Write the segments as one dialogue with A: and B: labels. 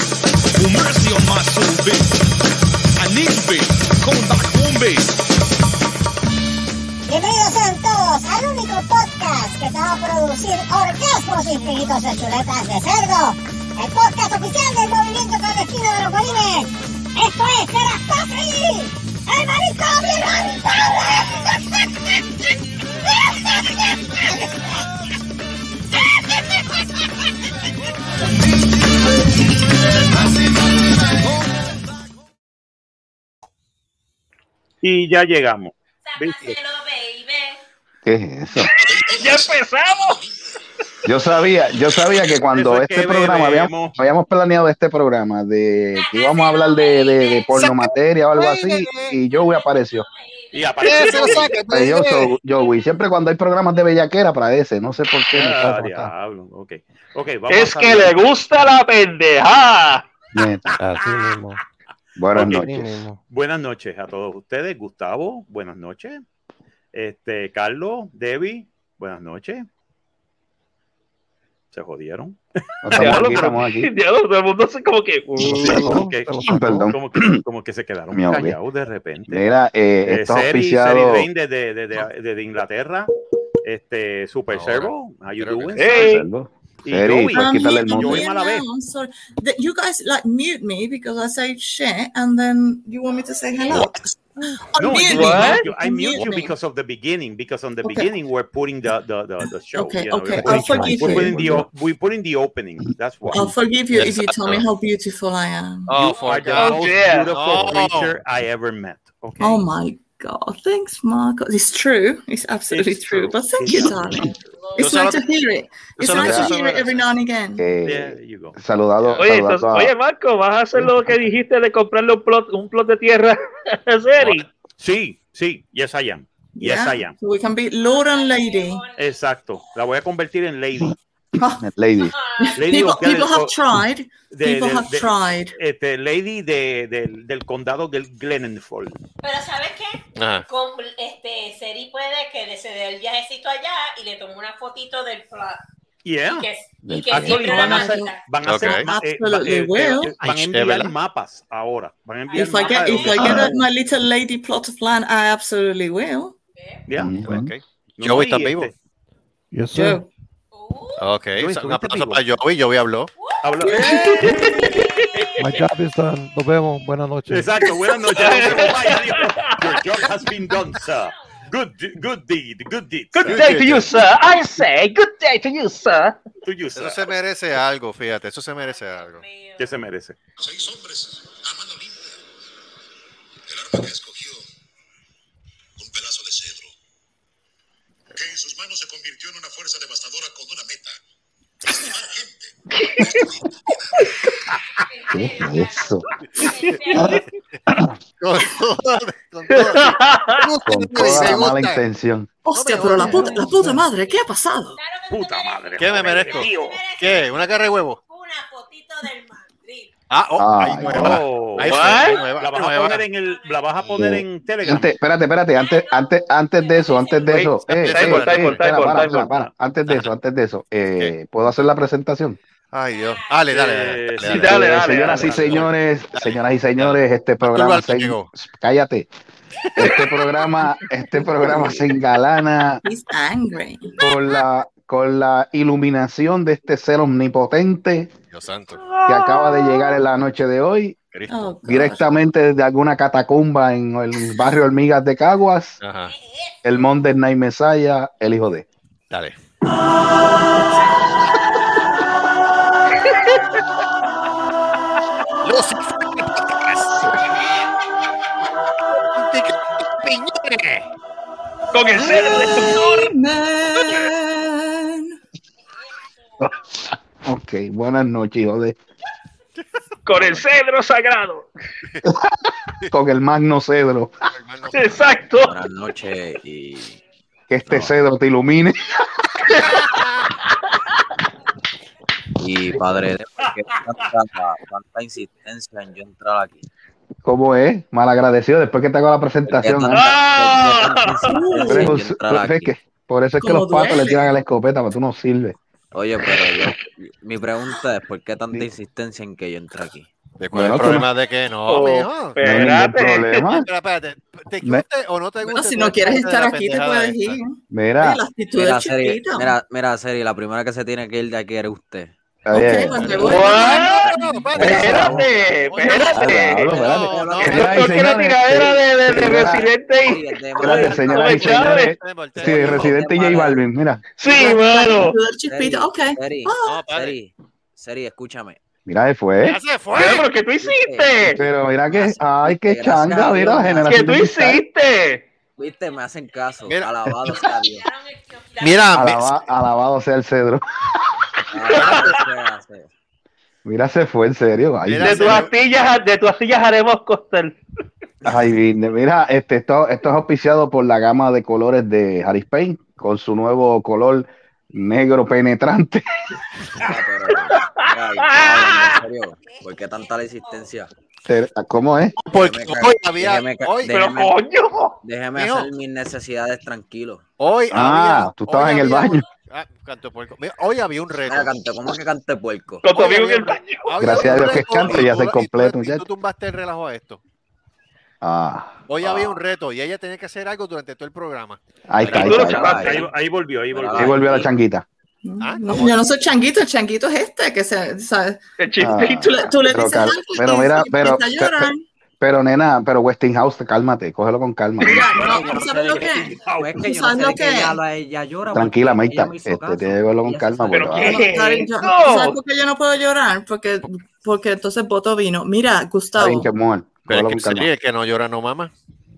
A: Well, mercy on my soul, bitch. I need you, bitch. Come back home, bitch.
B: Bienvenidos sean todos al único podcast que te va a producir orgasmos infinitos de chuletas de cerdo. El podcast oficial del movimiento clandestino de los bolines. Esto es Serastofri, el marito
C: Y ya llegamos.
D: Sácaselo, baby.
E: ¿Qué es eso?
C: ¡Ya empezamos!
E: Yo sabía, yo sabía que cuando
C: Eso es
E: este
C: que
E: programa habíamos,
C: bebemos.
E: habíamos planeado este programa de que íbamos a hablar de, de, de porno materia o algo así y Joey apareció.
C: Y aparece.
F: Eso, sácate.
E: Pues yo soy Joey. Siempre cuando hay programas de bellaquera para ese, no sé por qué. me
C: Ah,
E: pasa, está.
C: diablo. Ok. Ok, vamos
G: Es
C: a
G: que
C: hablar.
G: le gusta la pendejada.
E: Neta.
H: Así mismo.
E: Buenas
C: Ok.
H: así
E: noches.
H: mismo.
C: Buenas noches a todos ustedes. Gustavo, buenas noches. Este, Carlos, Debbie, buenas noches. Se jodieron.
E: No, Estamos
G: Diablo,
E: aquí,
G: pero-
E: estamos aquí.
G: diablo, todo el mundo se como que.
C: Como que,
E: Perdón.
C: como que, como que se quedaron
E: Me ahogué.
C: callados de repente.
E: Mira, eh,
C: Eh,
E: esto es
C: Seri,
E: auspiciado.
C: Seri Rain desde de, de- de- de Inglaterra. Este, Super
I: Ahora.
C: Servo, how you
I: Creo que
C: doing?
G: sí. Hey.
C: Y
E: Seri,
C: Um, Joey.
E: pues quítale el
C: Yo
E: mundo.
C: voy mala vez.
J: I'm sorry. That you guys like mute me because I say shit and then you want me to say hello.
C: No,
J: Unmute
C: you-
J: me.
G: What?
C: you- I mute you
J: Unmute me.
C: because of the beginning. Because on the
J: Okay.
C: beginning, we're putting the the the, the show.
J: Okay,
C: you know,
J: okay,
C: We're putting,
J: I'll forgive
C: we're
J: you.
C: putting the o- we're putting the opening. That's why.
J: I'll forgive you if you tell me
I: Exacto.
J: how beautiful I am.
I: Oh,
C: you are
I: for
C: the
I: God.
C: most
G: yeah.
C: beautiful
I: Oh.
C: creature I ever met. Okay.
J: Oh my god. Thanks, Marco. It's true. It's absolutely
C: It's
J: true. But thank
C: It's
J: you,
C: true.
J: darling.
I: Tú
J: It's
I: solo
J: nice
I: te-
J: to hear it. It's
I: solo
J: nice
E: te-
J: to hear it every now and again.
E: Eh,
C: There you go.
E: Saludado,
G: Oye,
E: saludado
G: entonces,
E: a-
G: oye, Marco, ¿vas a hacer lo que dijiste de comprarle un plot, un plot de tierra a Seri?
C: Sí, sí. Yes, I am. Yes, I am.
J: So we can be Lord and Lady.
C: Exacto. La voy a convertir en lady.
E: Lady.
C: Lady
J: People,
C: of Cal-
J: people have tried.
C: de-
J: People
C: de-
J: have
C: de-
J: tried.
C: este, lady de, del- del condado del Glennonfold.
D: Pero ¿sabes qué?
C: Ah.
I: Ajá.
D: Con, este, Seri puede que le se dé el viajecito allá y le tome una fotito del plot.
C: Yeah.
D: Y que, y
E: Del
D: que
E: plot.
C: Actually,
D: siempre la
C: van a hacer,
D: manda.
C: van a hacer
I: Okay.
C: ma- eh,
J: Absolutely
C: eh,
J: will.
C: eh, van a
I: Ay,
C: enviar
I: chévere.
C: mapas ahora. Van a enviar
J: If I
C: mapas
J: get
C: de
J: if I
C: dónde está.
J: get my little lady plot of land, I absolutely will.
C: Yeah.
E: Ujú.
I: Ok.
C: No,
I: Joey,
C: y
I: ¿estás vivo?
C: este,
H: Yes, sir.
J: Joe.
D: Uh,
I: Ok,
C: Joey,
I: so-
C: ¿tú
I: un
C: viste
I: aplauso
C: vivo?
I: para Joey. Joey habló.
C: habla-
H: My job is done. Nos vemos. Buenas noches.
C: Exacto, buenas noches. no se me vaya, Dios. Your job has been done, sir. Good, good deed, good deed.
G: Good
C: sir.
G: day to you, sir. I say, good day to you, sir.
C: To you, sir.
I: Eso se merece algo, fíjate. Eso se merece algo.
D: mío.
C: ¿Qué se merece?
A: Seis hombres a mano limpia. El arma que escogió, un pedazo de cedro, que en sus manos se convirtió en una fuerza devastadora con una meta. Estimar gente.
E: ¿Qué es eso?
I: Con toda, con toda.
E: Con toda la mala intención.
J: Hostia,
I: No me
J: pero la
I: jodas.
J: puta, la puta madre, ¿qué ha pasado?
D: Claro que tú
C: Puta
D: te
C: madre.
I: ¿Qué me
C: joder.
I: merezco?
D: mereces-
I: ¿Qué? ¿Una carrera de huevo?
D: Una fotito del Madrid.
I: Ah, oh,
E: Ay,
I: ahí nueva.
C: Oh,
I: Ahí
G: ¿What?
I: nueva, nueva,
C: la vas a
I: nueva.
C: poner en el, la vas a poner
E: Eh,
C: en Telegram.
E: Antes, espérate, espérate, antes, antes, antes de eso, antes de
I: Wait,
E: eso, eh, eh,
I: time out,
E: eh,
I: time out,
E: espera,
G: time out,
E: para,
G: time
E: para,
G: out.
E: para, antes
C: Ah.
E: de eso, antes de eso, eh, ¿puedo hacer la presentación?
I: Ay, Dios. Dale, dale,
C: Eh,
I: dale. dale,
C: sí,
I: dale.
G: dale,
E: Eh,
G: dale,
E: señoras
C: dale,
E: y señores, señoras y señores, este programa,
I: Arturo
E: se,
I: llegó.
E: cállate, este programa, este programa se engalana
J: He's angry.
E: con la, con la iluminación de este ser omnipotente
I: Dios santo.
E: que acaba de llegar en la noche de hoy,
I: Cristo.
J: Oh, God.
E: directamente desde alguna catacumba en el barrio Hormigas de Caguas,
I: Ajá.
E: el Monday Night Messiah, el hijo de.
I: Dale. Los
G: Con el cero de tu
J: Amen.
E: Ok, buenas noches, hijo de.
G: Con el cedro sagrado.
E: Con el magno cedro.
G: Exacto.
K: Buenas noches y
E: Que este cedro te ilumine.
K: y padre de por qué tanta, tanta insistencia en yo entrar aquí.
E: ¿Cómo es? Malagradecido después que te hago la
K: ¿Por qué
E: presentación.
K: tanta-
E: anda.
K: por qué tanta
E: Tú eres
K: insistencia en
E: un-
K: yo entrar
E: tú- es
K: aquí?
E: que- por eso es que
J: Como
E: los patos
J: duele.
E: le tiran a la escopeta, pero tú no sirves.
K: Oye, pero yo, mi pregunta es, ¿por qué tanta insistencia en que yo entre aquí?
F: ¿De cuál es
E: Bueno,
F: el
E: tú
F: problema de que no,
G: Oh,
F: mijo?
E: No hay ningún
G: Espérate.
E: problema.
F: Espera, espérate. ¿Te
E: No.
F: guste o no te guste?
J: Bueno, si
F: tú
J: no
F: eres
J: quieres
F: parte de
J: estar
F: la
J: aquí, te
F: pendejada
J: puedes
F: esta.
J: ir.
E: Mira,
J: Oye, La actitud
K: Mira,
J: es
K: Seri,
J: chiquita.
K: mira, mira, Seri, la primera que se tiene que ir de aquí eres usted.
E: eh,
J: Ok, cuando te guste.
G: What?
F: No, no, espérate.
G: Espérate,
E: Ah,
G: espérate.
E: diablo, espérate.
F: No, no,
E: Señoras y
G: Eso es una
E: señores,
G: tiradera de, de, de
E: señoras-
G: Residente y... eh,
E: espérate, señoras y señores.
F: no,
E: Sí, residente J Balvin, mira.
G: Sí,
J: La
G: mano.
J: actitud es chispita. Ok. Ah.
K: Seri, Seri, Seri, escúchame.
E: Mira, se fue.
F: Ya se fue.
G: Pero que tú hiciste.
E: Pero mira que,
K: Gracias.
E: ay, qué
K: Gracias
E: changa,
K: a Dios,
E: mira,
K: gracias.
G: Que
E: generación.
G: tú
E: de cristal.
G: hiciste.
K: Viste, me hacen caso.
F: Mira.
K: Alabado sea Dios.
F: Mira,
E: Alaba- alabado sea el cedro.
K: Alabado sea, sea.
E: Mira, se fue en serio. Ay,
F: Mira,
G: De tus astillas, de tus astillas haremos costel.
E: Ay, Virne, mira, este, esto, esto es auspiciado por la gama de colores de Harris Paint con su nuevo color negro penetrante.
K: Ah, pero, ay, cabrón, en serio, ¿Por qué tanta la insistencia?
E: Te- ¿Cómo es?
F: porque
K: déjeme
F: hoy
K: ca-
F: había,
K: déjeme ca-
F: hoy,
K: déjeme-
G: Pero coño.
K: Déjeme
F: Mijo.
K: hacer mis necesidades tranquilo.
F: hoy
E: Ah,
F: había-
E: tú estabas
F: hoy
E: en el
F: había
E: baño.
F: un- Ah, canto puerco. Mira, Hoy había un reto.
K: Mira, cante- ¿Cómo que cante puerco?
G: Lo tomé
F: Hoy
G: en
F: había
G: el
F: un reto.
G: baño.
F: Hoy
E: Gracias a Dios
F: había un
E: que es
F: reto,
E: canto y ya se completo,
F: Y tú, y tú
E: muchacho.
F: tumbaste el relajo a esto.
E: Ah,
F: Hoy había un reto y ella tenía que hacer algo durante todo el programa.
E: ahí está,
G: Y
E: ahí
G: tú lo
E: está.
G: chapaste.
C: Ahí, ahí volvió, ahí volvió.
E: Ahí volvió la changuita.
F: Ah,
J: No,
F: ¿cómo?
J: yo no soy changuito, el changuito es este que se, ¿sabes?
G: El
E: Ah,
G: chiste.
J: Tú le, tú le
E: pero
J: dices
E: cal-
J: algo y
E: pero mira,
J: se
E: pero-
J: empieza a llorar.
E: Pero nena, pero Westinghouse, cálmate, cógelo con calma.
J: Mira,
K: Bueno, yo
J: no, ¿tú
K: no sé de
J: ¿sabes lo
K: qué
J: que es?
K: No, es que yo no
J: ¿Sabes
K: sé
J: lo
K: de qué
J: que-
K: ella, habla, ella llora.
E: Tranquila,
K: porque ella
E: Maita,
K: me hizo
E: este,
K: caso.
E: tienes que verlo con
K: Ella se
E: calma,
K: sabe.
E: porque
G: Pero
E: va-
G: qué
J: No, Karen, yo- ¿Sabes por qué yo no puedo llorar? Porque, porque entonces voto vino. Mira,
E: está bien
J: Gustavo,
E: que mujer,
F: Pero
E: cógelo
F: es que,
E: con calma.
F: sí, el que no llora no mama.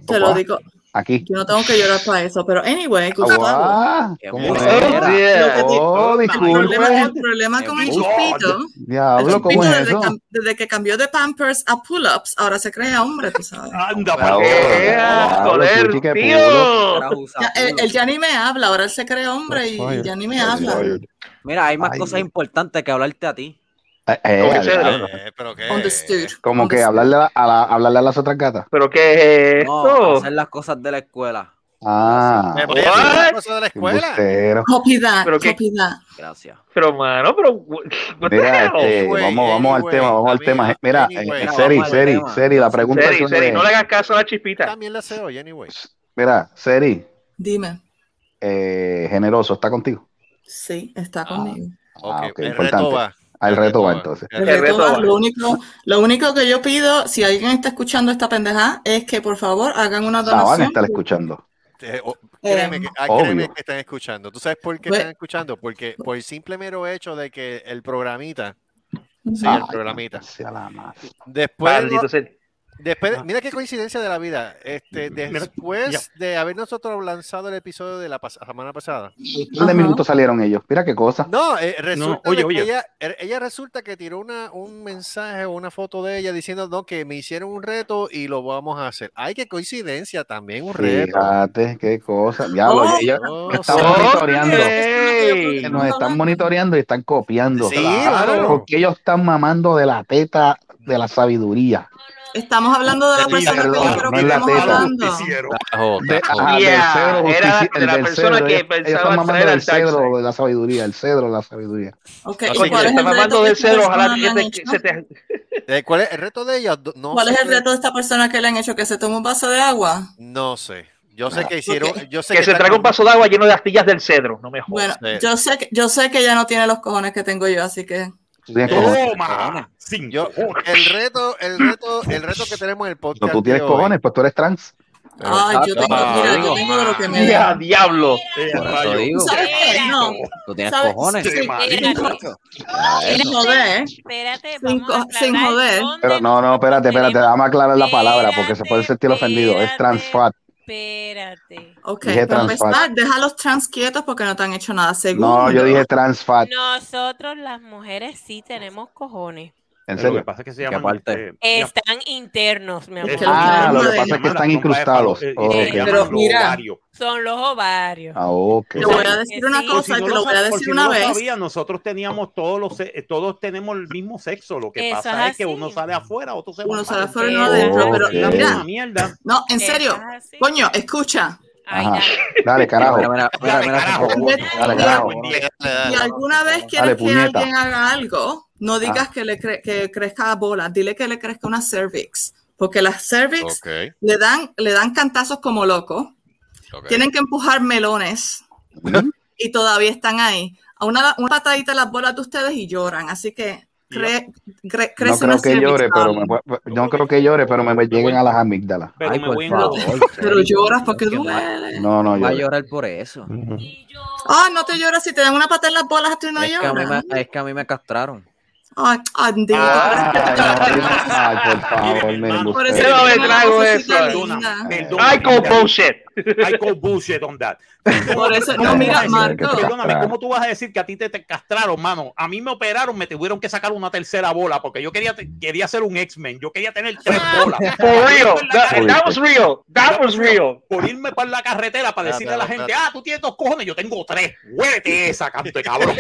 J: te lo digo,
E: Aquí.
J: yo no tengo que llorar para eso, pero anyway, Gustavo.
E: Aguá,
K: Qué
E: Ah, ¿cómo
K: mujer.
E: es?
K: Mira,
J: lo que
G: Oh, Yeah.
J: digo,
E: Oh,
J: el problema, el
E: disculpe.
J: problema con el
K: Oh,
J: chispito, el
E: Diablo, ¿cómo
J: chispito
E: es
J: desde,
E: eso?
J: cam- desde que cambió de Pampers a pull-ups, ahora se cree hombre, tú sabes.
C: Anda,
E: Bravo.
C: pa'l-
G: Eh,
J: "Ah,
E: Diablo,
G: joder,
E: Chuchi, qué
G: tío.
K: carajo, usa
J: Ya, él,
K: culo.
J: él ya ni me habla, ahora él se cree hombre y,
L: Fire.
J: y ya ni me habla.
K: Mira, hay más
E: Ay,
K: cosas
E: Dios.
K: importantes que hablarte a ti.
E: Eh, eh,
G: Como que
E: al-
G: chévere.
E: al-
F: Eh, pero que.
J: Understood.
E: Como que
J: Understood.
E: hablarle a, a la- hablarle a las otras gatas.
G: Pero qué es
K: No,
G: esto.
K: hacer las cosas de la escuela.
E: Ah,
F: Me voy a hacer
G: What?
F: una cosa de la escuela.
E: embustero.
J: Copy that,
G: Pero qué-
J: copy that.
K: Gracias.
G: Pero, mano, pero. what the
E: Mira,
G: hell?
E: este,
F: Anyway,
E: vamos, vamos al
F: anyway,
E: tema, vamos al
F: también,
E: tema. Mira,
F: anyway.
E: eh,
F: Mira,
E: Seri,
K: vamos al
E: Seri,
K: tema.
E: Seri, la pregunta
G: Seri,
E: es
G: Seri, no le
E: sobre- Pues,
G: hagas caso a la chispita.
F: También la hace hoy, anyway.
E: Mira, Seri,
J: Dime.
E: eh, generoso, está contigo.
J: Sí, está
E: Ah,
J: conmigo.
F: Ok,
E: Ah, ok,
F: el reto
E: importante.
F: va.
E: Ah, el reto va entonces. Ah,
J: El reto
G: El reto
J: va.
G: va.
J: Lo único, lo único que yo pido, si alguien está escuchando esta pendejada, es que por favor hagan una
E: La van a
J: donación.
E: estar escuchando.
F: Eh, o-
J: Eh,
F: créeme, que, ah, créeme
E: obvio.
F: que están escuchando. ¿Tú sabes por qué
J: Bueno.
F: están escuchando? Porque por el simple mero hecho de que el programita, sí,
E: Ah,
F: el programita.
E: sea la madre.
F: Después, de-
G: Maldito sea.
F: después, de- mira qué coincidencia de la vida. Este,
C: Mira,
F: después de haber nosotros lanzado el episodio de la pas- semana pasada.
E: ¿Dónde
J: Ajá.
E: minutos salieron ellos? Mira qué cosa.
F: No, eh, resulta
C: oye,
F: de que
C: oye.
F: Ella, er- ella resulta que tiró una, un mensaje o una foto de ella diciendo no, que me hicieron un reto y lo vamos a hacer. Ay, qué coincidencia también un reto.
E: Fíjate, qué cosa. Diablo,
J: Oh,
E: ellos
F: No
E: me están
F: sé.
E: monitoreando.
G: Ey.
E: Que Nos están monitoreando y están copiando.
F: Sí, claro.
E: Porque ellos están mamando de la teta de la sabiduría.
J: Estamos hablando de la
F: Sí,
J: persona que
E: perdón,
J: yo creo
E: no
J: que
E: es la
J: estamos
E: teta.
J: hablando.
F: Carajo,
E: De,
F: carajo.
E: ajá, del
G: Yeah,
E: cedro
G: era
E: justicia-
G: de la
E: del
G: persona
E: cedro,
G: que
E: ellos- ellos
G: pensaba
E: están mamando
G: traer al
E: del cedro
G: Darkseid.
E: de la sabiduría, el cedro de la sabiduría.
J: Ok,
F: Así
J: ¿y
F: que
J: cuál
G: Te
J: es el
G: está mamando
J: reto
G: de
J: que esta
G: cero, ojalá
J: persona le
G: que
J: han
G: te-
J: hecho?
G: se te.
F: Eh, ¿Cuál es el reto de ella? Do- No
J: ¿Cuál es
F: sé.
J: el reto de esta persona que le han hecho? ¿Que se tome un vaso de agua?
F: No sé. Yo sé que hicieron. Yo sé
G: Ah, Que se
F: están
G: traiga un
F: con-
G: vaso de agua lleno de astillas del cedro. No me jodas.
J: Bueno,
F: Sí.
J: yo sé, que, yo sé que ella no tiene los cojones que tengo yo, así que...
E: Tú tienes cojones.
C: Toma, sin
F: Yo,
C: cojones.
F: el reto, el reto, el reto que tenemos en el podcast.
E: No, tú tienes
F: de hoy-
E: cojones, pues tú eres trans.
J: Ay, yo tengo,
F: Ah,
J: mira, yo
F: digo,
J: tengo de lo que me
G: ¡Ya,
J: da.
G: diablo!
C: Eh,
K: Por eso
C: rayo.
K: digo,
J: ¿Sabes qué? No,
K: tú tienes
J: ¿sabes?
K: cojones.
J: Sí,
C: maldito.
J: sin joder.
D: Espérate,
J: Sin
D: vamos
J: co-
D: a
J: sin
D: aclarar
J: joder.
D: dónde
E: Pero no, no, espérate, espérate,
D: tenemos-
E: dame aclarar la palabra porque se puede sentir ofendido. Es
D: Espérate,
E: transfat.
D: Espérate.
J: Ok,
E: Dije
J: para
E: transfat.
J: empezar, deja los trans quietos porque no te han hecho nada. Segundo,
E: No, yo dije transfat.
D: Nosotros las mujeres sí tenemos cojones.
E: En
C: Lo que
E: serio.
C: pasa es que se
K: ¿Qué
C: llaman.
K: parte?
D: este,
C: eh, mira,
D: Están internos, mi
C: Es
D: amor.
C: que
E: Ah,
J: lo
E: lo
J: que
E: que pasa es que
C: llaman
E: están
C: las pompas de
E: incrustados.
C: palo, eh, y
E: Ok.
C: se llaman
J: Pero
C: los
J: mira.
C: ovarios.
D: Son los ovarios.
E: Ah, ok.
J: Te voy a decir
D: Sí.
J: una
D: Por
C: Por si
J: cosa y
C: no
J: te
C: lo
J: lo voy a
C: sab- por
J: decir
C: si
J: una
C: no lo
J: vez.
C: sabía, nosotros teníamos todos los se- todos tenemos el mismo sexo. Lo que
D: Eso
C: pasa
D: es
C: es, que
D: así.
C: uno sale afuera, otro se va
J: Uno
C: para
J: sale afuera y
D: uno
J: uno adentro,
E: Oh,
J: pero
E: ok.
C: la misma
J: mira,
C: Ah, mierda.
J: no, en serio,
D: Estás así.
J: coño, escucha.
D: Ay,
E: Ajá.
D: dale.
E: Dale,
K: Mira,
E: carajo.
K: mira, mira, mira,
E: Oh,
C: Carajo,
K: por favor.
J: vete,
K: Dale,
J: mira,
K: carajo.
J: Si alguna vez
E: Dale,
J: quieres que
E: puñeta. Ah.
J: alguien haga algo, No digas que le cre- que crezca bola, dile que le crezca una cervix, porque las cervix
F: Ok,
J: le dan, le dan cantazos como loco.
F: ok.
J: Tienen que empujar melones y todavía están ahí. A una, una patadita a las bolas de ustedes y lloran. Así que cre- cre-
E: No
J: crece una
E: creo que
J: cervix,
E: llore, pero
J: Pablo.
E: me, no creo que llore, pero me, me lleguen a las amígdalas.
K: Ay, por favor,
J: Pero lloras porque
K: que
J: duele.
E: No, no,
K: va a
E: llore.
K: llorar por eso.
J: Ay, no te lloras si te dan una patada en las bolas, tú no
K: es, que a mí
J: lloras.
K: me, es que a mí me castraron.
J: Ay, Andy.
G: Ah.
E: Ay, por favor, me
J: Por eso
E: gusta.
J: yo me trago
C: eso,
J: linda.
C: Perdona,
G: I call bullshit.
C: I call bullshit on that.
J: Por eso, no,
C: ¿Cómo
J: mira,
C: vas a decir-
J: Marco.
C: Perdóname, ¿cómo tú vas a decir que a ti te, te castraron, mano? A mí me operaron, me tuvieron que sacar una tercera bola porque yo quería, te- quería ser un X-Men, yo quería tener tres
D: Ah.
C: bolas.
G: For real. That,
E: Oíste.
G: that was real. That was real.
C: Por irme para la carretera para
F: Ah,
C: decirle a la
F: claro,
C: gente,
F: claro.
C: ah, tú tienes dos cojones, yo tengo tres. Huélete esa, canto de cabrón.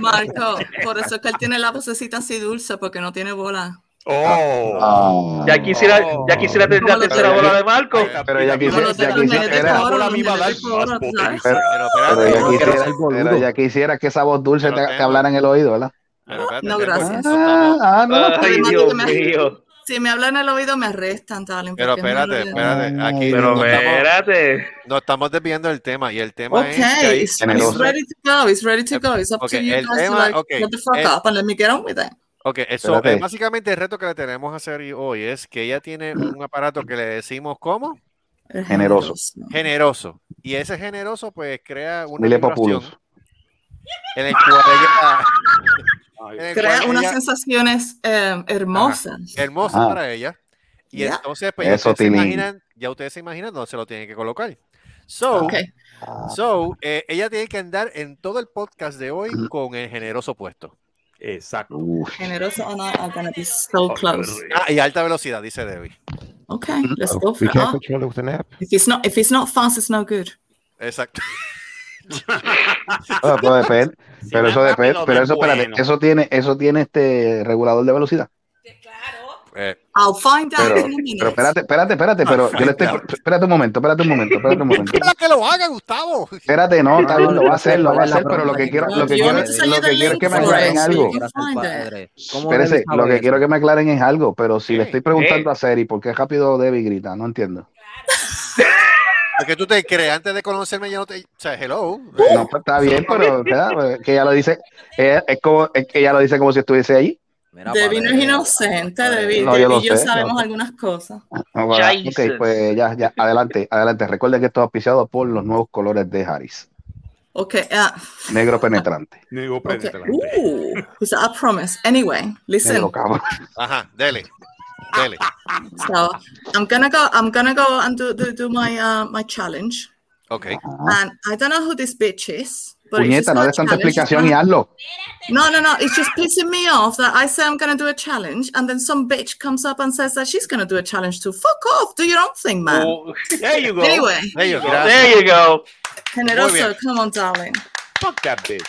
J: Marco, por eso es que él tiene la vocecita así dulce, porque no tiene bola.
C: Oh.
E: Ah.
G: Ya quisiera, ya quisiera tener la
J: Pero-
G: tercera bola de Marco.
E: Pero ya
J: No, no,
E: quisiera, ya
J: no, no, no,
E: quisiera.
J: no, no,
C: Ahora
J: no,
C: a mí va a
J: no,
C: dar
J: no,
C: más
J: no,
C: potencia.
J: no,
F: Pero
E: Pero
F: espérate,
E: ya
K: No,
F: no,
K: quiero
E: quisiera,
K: ser boludo.
E: pero ya quisiera que esa voz dulce
F: Pero
E: te,
F: tengo-
E: te hablara en el oído, ¿verdad?
F: pero espérate,
J: No,
F: porque
J: gracias.
F: no estamos-
E: Ah, ah, no,
G: Ay,
E: está bien.
J: Marco,
G: Dios
J: que me-
G: mío.
J: Si me hablan al oído, me arrestan, darling.
F: Pero
J: porque no
F: espérate,
J: lo-
F: espérate. Aquí
G: Pero
F: no estamos,
G: espérate.
F: no estamos desviando el tema. Y el tema
J: Ok,
F: es que ahí-
J: it's, it's ready to go, it's ready to go. It's up
F: Ok,
J: to you
F: el
J: guys
F: tema-
J: to like,
F: ok,
J: get the fuck
F: el-
J: up and let me get on with it.
F: ok, eso eh,
E: Espérate.
F: es
I: Básicamente el reto que le tenemos a hacer hoy es que ella tiene un aparato que le decimos cómo
J: Es
E: Generoso.
I: generoso y ese generoso pues crea una
E: Mile
I: vibración
E: Populus.
I: en el cual ella- en
F: Eh,
I: el
J: Crea
I: cual
J: unas
I: ella-
J: sensaciones eh, hermosas.
I: hermosa
E: Ah.
I: para ella y
J: Yeah.
I: entonces pues ya
E: Eso,
I: ustedes se
E: Tilín.
I: imaginan ya ustedes se imaginan dónde se lo tienen que colocar so
J: Ok.
E: Ah.
I: So, eh, ella tiene que andar en todo el podcast de hoy con el generoso puesto.
C: Exacto.
E: Uf.
J: Generoso or not, I'm gonna be
F: Oh,
J: so close.
I: Ah, y alta velocidad, dice Debbie.
J: Okay,
E: Mm-hmm.
J: let's
E: Oh,
J: go for
H: We
J: it.
H: can't
J: Ah,
H: control it with an app.
J: if it's not if it's not fast, it's no good.
I: Exacto.
E: Ah, pero depende-
C: Si
E: pero
C: más
E: eso depende,
C: rápido,
E: pero
C: más
E: eso, espérate,
C: bueno.
E: eso tiene, eso tiene este regulador de velocidad.
D: Claro.
I: Eh,
J: I'll find out
E: Pero,
J: in a minute.
E: pero espérate, espérate, espérate, pero yo le estoy, espérate un momento, espérate un momento, espérate un momento.
I: ¡Para que lo haga, Gustavo!
E: Espérate, no, está bien, lo va a hacer, lo va a hacer, pero lo que quiero,
K: quiero
E: lo que quiero, lo que quiero es que me aclaren algo. Espérese, lo que quiero que me aclaren es algo, pero si le estoy
G: Eh.
E: preguntando a Seri por qué rápido Debbie grita, no entiendo.
I: Porque tú te crees, antes de conocerme, yo no te. O sea, hello.
E: No, pues, está bien, pero ¿verdad? Es que ella lo dice, ella- es como, es que ella lo dice como si estuviese ahí.
J: Debbie no es inocente, Debbie.
E: No, yo
J: Debbie
E: lo
J: y yo
E: sé,
J: sabemos
E: yo lo sé.
J: algunas cosas.
E: Ah, va, Ok,
G: Jesus.
E: pues ya, ya, adelante, adelante. Recuerden que esto es auspiciado por los nuevos colores de Harris.
J: Ok, ah,
E: Negro penetrante,
C: Digo,
J: ok.
C: prendete la gente.
J: Ooh, so I promise. Anyway, listen.
E: negro cabrón.
F: Ajá, dele. Dele.
J: So I'm gonna go. I'm gonna go and do do, do my uh, my challenge.
F: Ok.
J: And I don't know who this bitch is, but it's
E: Ah. Puñeta,
J: just
E: no
J: a
E: des tanta
J: challenge. It's
E: explicación y
J: not-
E: hazlo.
J: No, no, no. It's just pissing me off that I say I'm going to do a challenge and then some bitch comes up and says that she's going to do a challenge too. Fuck off. Do your own thing, man.
G: Oh,
C: There you go.
J: Anyway,
I: Ellos, gracias.
G: There you go.
J: Generoso,
I: bien.
J: come on, darling.
C: Fuck that bitch.